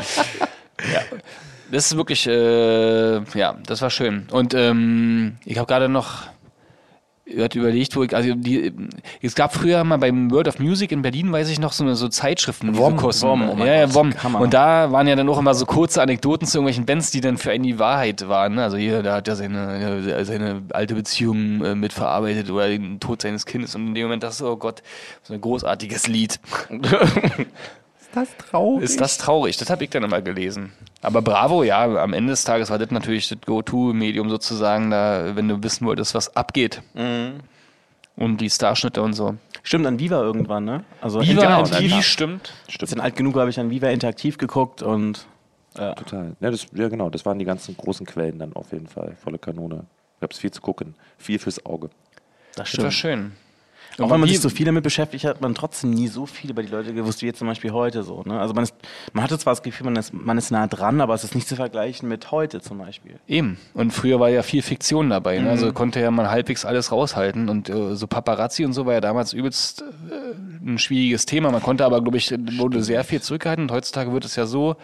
S2: Das ist wirklich, äh, ja, das war schön. Und ähm, ich habe gerade noch hat überlegt, wo ich, also die, es gab früher mal beim World of Music in Berlin, weiß ich noch, so eine so Zeitschriften, die
S3: Wom,
S2: so kosten.
S3: Wom, oh mein
S2: ja, ja,
S3: Gott,
S2: Wom.
S3: Hammer.
S2: Und da waren ja dann auch immer so kurze Anekdoten zu irgendwelchen Bands, die dann für einen die Wahrheit waren. ne? Also hier, da hat er seine, seine alte Beziehung äh, mit verarbeitet oder den Tod seines Kindes. Und in dem Moment dachte ich, oh Gott, so ein großartiges Lied.
S1: das traurig?
S2: Ist das traurig? Das habe ich dann immer gelesen. Aber Bravo, ja, am Ende des Tages war das natürlich das Go-To-Medium sozusagen, da, wenn du wissen wolltest, was abgeht. Und die Starschnitte und so. Genau,
S3: Stimmt, an Viva irgendwann, ne? Also
S2: Viva
S3: Inter-
S1: und
S2: MTV
S1: dann-
S2: stimmt.
S3: Als ich alt genug war, habe ich an Viva interaktiv geguckt und
S1: Total. Ja, das, ja, genau. Das waren die ganzen großen Quellen dann auf jeden Fall. Volle Kanone. Gab es viel zu gucken. Viel fürs Auge.
S3: das
S2: Das war schön.
S3: Auch wenn man sich
S2: Wie-
S3: so viel damit beschäftigt, hat man trotzdem nie so viel über die Leute gewusst, wie jetzt zum Beispiel heute so. Ne? Also man, ist, man hatte zwar das Gefühl, man ist, man ist nah dran, aber es ist nicht zu vergleichen mit heute zum Beispiel.
S2: Eben. Und früher war ja viel Fiktion dabei. Ne?
S1: Mhm.
S2: Also konnte ja man halbwegs alles raushalten. Und äh, so Paparazzi und so war ja damals übelst äh, ein schwieriges Thema. Man konnte aber, glaube ich, äh, wurde sehr viel zurückgehalten. Und heutzutage wird es ja so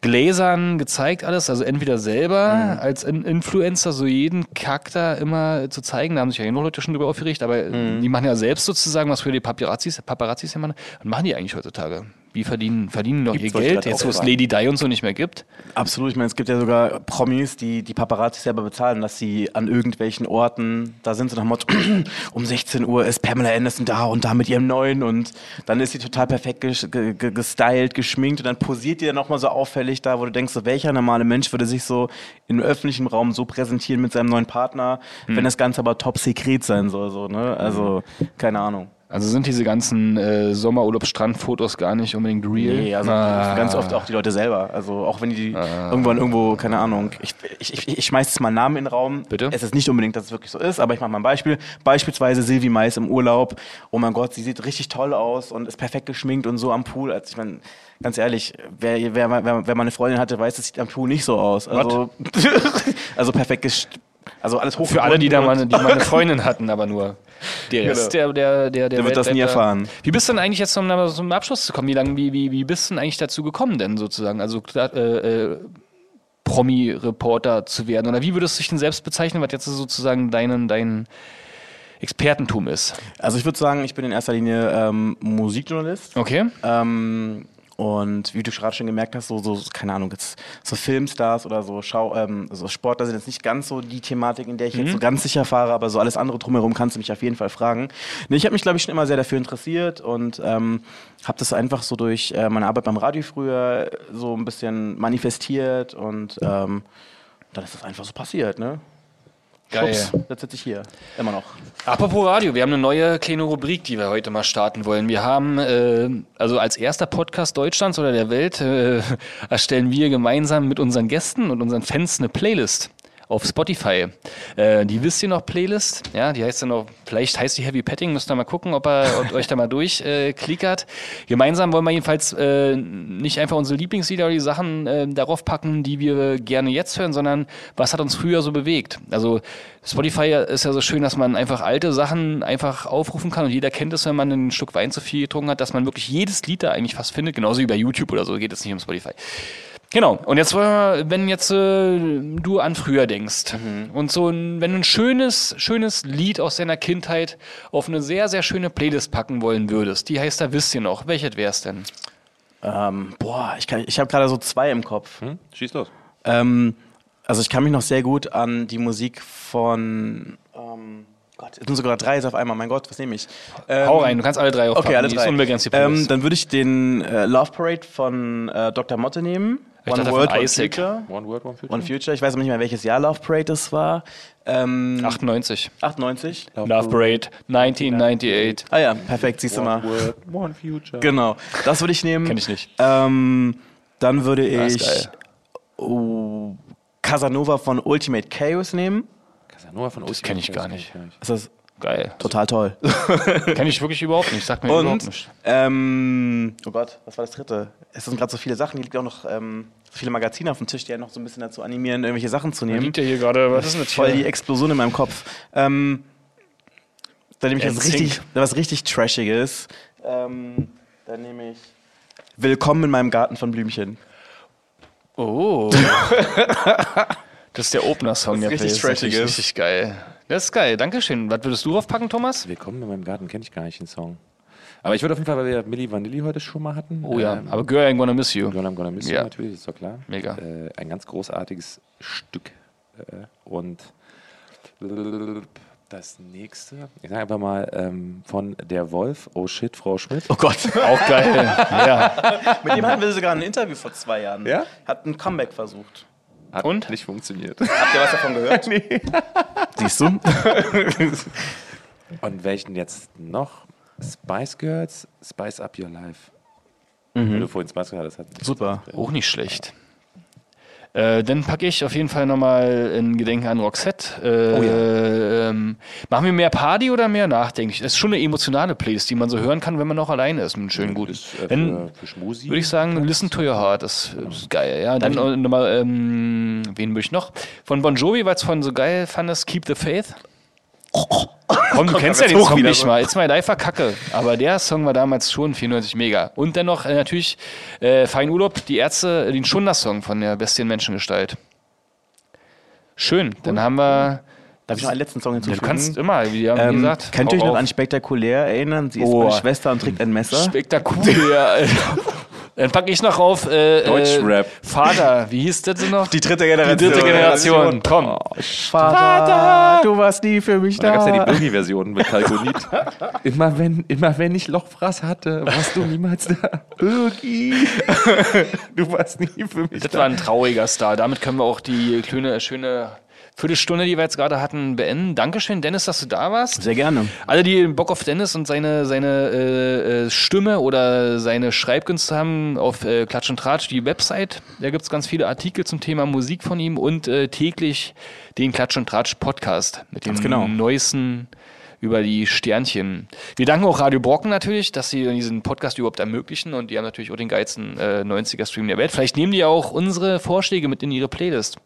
S2: gläsern gezeigt alles. Also entweder selber
S1: Mhm.
S2: als In Influencer so jeden Kack da immer zu zeigen. Da haben sich ja eh noch Leute schon drüber aufgeregt. Aber
S1: Mhm.
S2: die machen ja selbst sozusagen, was früher die Paparazzis, Paparazzis ja machen. Was machen die eigentlich heutzutage? Wie verdienen, verdienen doch ihr
S1: Gibt's euch
S2: Geld,
S1: grad
S2: jetzt
S1: auch
S2: wo es
S1: Fragen?
S2: Lady Di und so nicht mehr gibt?
S3: Absolut, ich meine, es gibt ja sogar Promis, die die Paparazzi selber bezahlen, dass sie an irgendwelchen Orten, da sind sie nach dem Motto, um 16 Uhr ist Pamela Anderson da und da mit ihrem Neuen und dann ist sie total perfekt ges ge ge gestylt, geschminkt und dann posiert die dann nochmal so auffällig da, wo du denkst, so, welcher normale Mensch würde sich so im öffentlichen Raum so präsentieren mit seinem neuen Partner, wenn das Ganze aber top secret sein soll, so, ne? Also, keine Ahnung.
S2: Also sind diese ganzen äh, Sommerurlaub-Strandfotos gar nicht unbedingt real?
S3: Nee, also
S2: Ah.
S3: ganz oft auch die Leute selber. Also auch wenn die irgendwann irgendwo, keine Ahnung, ich, ich, ich, ich schmeiß jetzt mal einen Namen in den Raum.
S2: Bitte?
S3: Es ist nicht unbedingt, dass es wirklich so ist, aber ich mache mal ein Beispiel. Beispielsweise Silvi Mais im Urlaub. Oh mein Gott, sie sieht richtig toll aus und ist perfekt geschminkt und so am Pool. Also ich meine, ganz ehrlich, wer, wer, wer, wer mal eine Freundin hatte, weiß, das sieht am Pool nicht so aus. Also, also perfekt gesch also alles hoch.
S2: Für alle, die da mal, die mal eine Freundin hatten, aber nur. Der Rest, der, der, Genau. der,
S3: Der wird das nie
S2: Weltretter-
S3: erfahren.
S2: Wie bist du denn eigentlich jetzt, um da mal zum Abschluss zu kommen, wie, lang, wie, wie, wie bist du denn eigentlich dazu gekommen denn sozusagen, also klar, äh, äh, Promi-Reporter zu werden? Oder wie würdest du dich denn selbst bezeichnen, was jetzt sozusagen deinen, dein Expertentum ist?
S3: Also ich würde sagen, ich bin in erster Linie ähm, Musikjournalist.
S2: Okay?
S3: Ähm, und wie du gerade schon gemerkt hast, so, so keine Ahnung, jetzt so Filmstars oder so, Schau, ähm, so Sportler sind jetzt nicht ganz so die Thematik, in der ich jetzt so ganz sicher fahre, aber so alles andere drumherum kannst du mich auf jeden Fall fragen. Nee, ich habe mich, glaube ich, schon immer sehr dafür interessiert und ähm, habe das einfach so durch äh, meine Arbeit beim Radio früher so ein bisschen manifestiert und ähm, dann ist das einfach so passiert, ne? Ups, jetzt sitze ich hier, immer noch.
S2: Apropos Radio, wir haben eine neue kleine Rubrik, die wir heute mal starten wollen. Wir haben äh, also als erster Podcast Deutschlands oder der Welt äh, erstellen wir gemeinsam mit unseren Gästen und unseren Fans eine Playlist auf Spotify. Äh, die wisst ihr noch Playlist, ja, die heißt dann noch, vielleicht heißt die Heavy Petting, müsst ihr mal gucken, ob ihr ob ihr euch da mal durchklickert. Äh, klickert. Gemeinsam wollen wir jedenfalls äh, nicht einfach unsere Lieblingslieder oder die Sachen äh, darauf packen, die wir gerne jetzt hören, sondern was hat uns früher so bewegt. Also Spotify ist ja so schön, dass man einfach alte Sachen einfach aufrufen kann und jeder kennt es, wenn man einen Schluck Wein zu viel getrunken hat, dass man wirklich jedes Lied da eigentlich fast findet. Genauso wie bei YouTube oder so geht es nicht um Spotify. Genau. Und jetzt wollen wir, wenn jetzt äh, du an früher denkst
S3: Mhm.
S2: und so, ein, wenn du ein schönes, schönes Lied aus deiner Kindheit auf eine sehr, sehr schöne Playlist packen wollen würdest, die heißt da wisst ihr noch, welches wär's denn?
S3: Ähm, boah, ich, kann- ich habe gerade so zwei im Kopf.
S1: Hm? Schieß los.
S3: Ähm, also ich kann mich noch sehr gut an die Musik von ähm, Gott, es sind sogar drei jetzt auf einmal. Mein Gott, was nehme ich? Ähm,
S2: Hau rein, du kannst alle drei aufpacken.
S3: Okay, alle
S2: die
S3: drei.
S2: Ist unbegrenzt die Playlist.
S3: ähm, dann würde ich den äh, Love Parade von äh, Dr. Motte nehmen.
S2: Ich dachte von Isaac.
S1: One word, one future.
S3: One Future. Ich weiß aber nicht mehr, welches Jahr Love Parade es war. Ähm,
S2: 98.
S3: 98.
S2: Love Parade 1998.
S3: Ah ja, perfekt, siehst du mal.
S1: word, one future.
S3: Genau, das würde ich nehmen.
S2: Kenn ich nicht.
S3: Ähm, dann würde
S2: Ja, ist
S3: ich
S2: geil.
S3: oh, Casanova von Ultimate Chaos nehmen.
S1: Casanova von Das
S2: kenn ich gar nicht.
S3: Das ist
S2: Geil.
S3: total toll.
S2: Kenn ich wirklich überhaupt nicht. Sagt mir überhaupt
S3: Und,
S2: nicht.
S3: ähm, oh Gott, was war das dritte? Es sind gerade so viele Sachen, hier liegt auch noch ähm, viele Magazine auf dem Tisch, die ja noch so ein bisschen dazu animieren, irgendwelche Sachen zu nehmen.
S2: Liegt ja hier gerade, was ist denn
S3: Voll die Explosion in meinem Kopf. Ähm, da nehme ich jetzt
S2: NSYNC.
S3: richtig, was richtig Trashiges. Ähm, da nehme ich Willkommen in meinem Garten von Blümchen.
S2: Oh. das ist der Opener-Song
S3: Das
S2: der
S3: ist richtig
S2: Playlist.
S3: trashig ist.
S2: richtig geil. Das ist geil. Dankeschön. Was würdest du draufpacken, Thomas?
S1: Willkommen in meinem Garten, kenne ich gar nicht den Song. Aber ich würde auf jeden Fall, weil wir Milli Vanilli heute schon mal hatten.
S2: Oh ja. Aber Girl, I'm gonna miss you.
S1: Ähm. Girl I'm Gonna Miss You
S2: Ja.
S1: natürlich, ist doch klar.
S2: Mega.
S1: Äh, ein ganz großartiges Stück. Äh, und das nächste, ich sage einfach mal, ähm, von Der Wolf, Oh Shit, Frau Schmidt.
S3: Oh Gott.
S2: Auch geil. ja.
S3: Mit dem hatten wir sogar ein Interview vor zwei Jahren.
S1: Ja?
S3: Hat ein Comeback versucht.
S1: Hat
S2: Und?
S1: nicht funktioniert.
S3: Habt ihr was davon gehört? nee. Siehst du?
S1: Und welchen jetzt noch? Spice Girls, Spice Up Your Life.
S2: Mhm.
S1: Wenn du vorhin Spice Girls hattest.
S3: Super.
S2: Auch nicht schlecht. Äh, dann packe ich auf jeden Fall nochmal in Gedenken an Roxette.
S1: Oh
S2: Äh, ähm, machen wir mehr Party oder mehr nachdenklich? Das ist schon eine emotionale Playlist, die man so hören kann, wenn man noch alleine ist. Mit einem schönen gut.
S1: Ist, äh,
S2: Wenn-
S1: für, für Schmusi.
S2: Würde ich sagen, Listen to Your Heart ist, ist geil, ja. Dann äh, nochmal, ähm, wen würde ich noch? Von Bon Jovi, weil es von so geil fandest, Keep the Faith. Komm, du kennst ja den
S3: hoch
S2: Song
S3: wieder
S2: nicht
S3: so.
S2: mal. It's My Life war kacke. Aber der Song war damals schon 94 mega. Und dennoch äh, natürlich äh, Fein Urlaub, die Ärzte, äh, den Schunder-Song von der bestien Menschengestalt. Schön, dann haben wir.
S3: Darf ich noch einen letzten Song
S2: Du
S3: hinzufügen?
S2: kannst immer, wie haben
S3: Ähm,
S2: gesagt.
S3: könnt ihr euch
S2: hau
S3: noch
S2: auf.
S3: an Spektakulär erinnern? Sie ist
S2: Oh.
S3: meine Schwester und trägt ein Messer.
S2: Spektakulär. Dann packe ich noch auf äh,
S1: Deutschrap.
S2: Äh, Vater, wie hieß das denn noch?
S3: Die dritte
S2: Die
S3: Generation.
S2: dritte Generation. Komm.
S3: Vater, du warst nie für mich
S1: Da
S3: da.
S1: gab es ja die Boogie-Version mit Kalkonit. Ah. immer, wenn, immer wenn ich Lochfraß hatte, warst du niemals da. Boogie. du warst nie für mich
S2: Das
S1: da.
S2: war ein trauriger Star. Damit können wir auch die kleine, schöne Viertelstunde, die wir jetzt gerade hatten, beenden. Dankeschön, Dennis, dass du da warst.
S3: Sehr gerne.
S2: Alle, die Bock auf Dennis und seine, seine äh, äh, Stimme oder seine Schreibkünste haben, auf äh, Klatsch und Tratsch die Website. Da gibt's ganz viele Artikel zum Thema Musik von ihm und äh, täglich den Klatsch und Tratsch Podcast mit dem
S3: Ganz genau.
S2: neuesten über die Sternchen. Wir danken auch Radio Brocken natürlich, dass sie diesen Podcast überhaupt ermöglichen und die haben natürlich auch den geilsten äh, 90er-Stream der Welt. Vielleicht nehmen die ja auch unsere Vorschläge mit in ihre Playlist.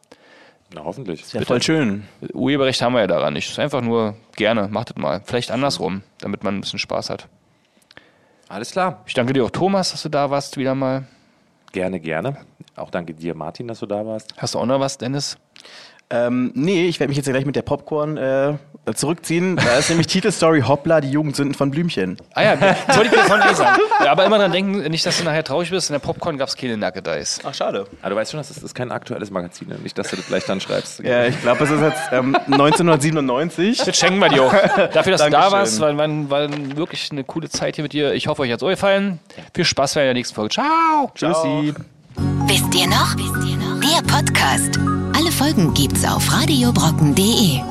S1: Na, hoffentlich.
S3: Ja, voll schön.
S2: Urheberrecht haben wir ja daran nicht. Ist einfach nur gerne, macht es mal. Vielleicht andersrum, damit man ein bisschen Spaß hat.
S1: Alles klar.
S2: Ich danke dir auch, Thomas, dass du da warst wieder mal.
S1: Gerne, gerne. Auch danke dir, Martin, dass du da warst.
S2: Hast du auch noch was, Dennis?
S3: Ähm, nee, ich werde mich jetzt gleich mit der Popcorn äh, zurückziehen. Da ist nämlich Titelstory Hoppla, die Jugendsünden von Blümchen.
S2: Ah ja, das wollte ich dir von dir sagen. Ja, aber immer dran denken, nicht, dass du nachher traurig bist. In der Popcorn gab es keine Nackedeis.
S3: Ach, schade.
S1: Aber du weißt schon, das ist, das ist kein aktuelles Magazin. ne? Nicht, dass du das gleich dann schreibst.
S3: Ja, ich glaube, es ist jetzt ähm, 1997.
S2: Das schenken wir dir auch. Dafür, dass du da
S3: Dankeschön.
S2: warst, war, war, war wirklich eine coole Zeit hier mit dir. Ich hoffe, euch hat es gefallen. Viel Spaß bei der nächsten Folge. Ciao.
S3: Tschüssi.
S4: Wisst ihr noch? Der Podcast. Alle Folgen gibt's auf radiobrocken.de.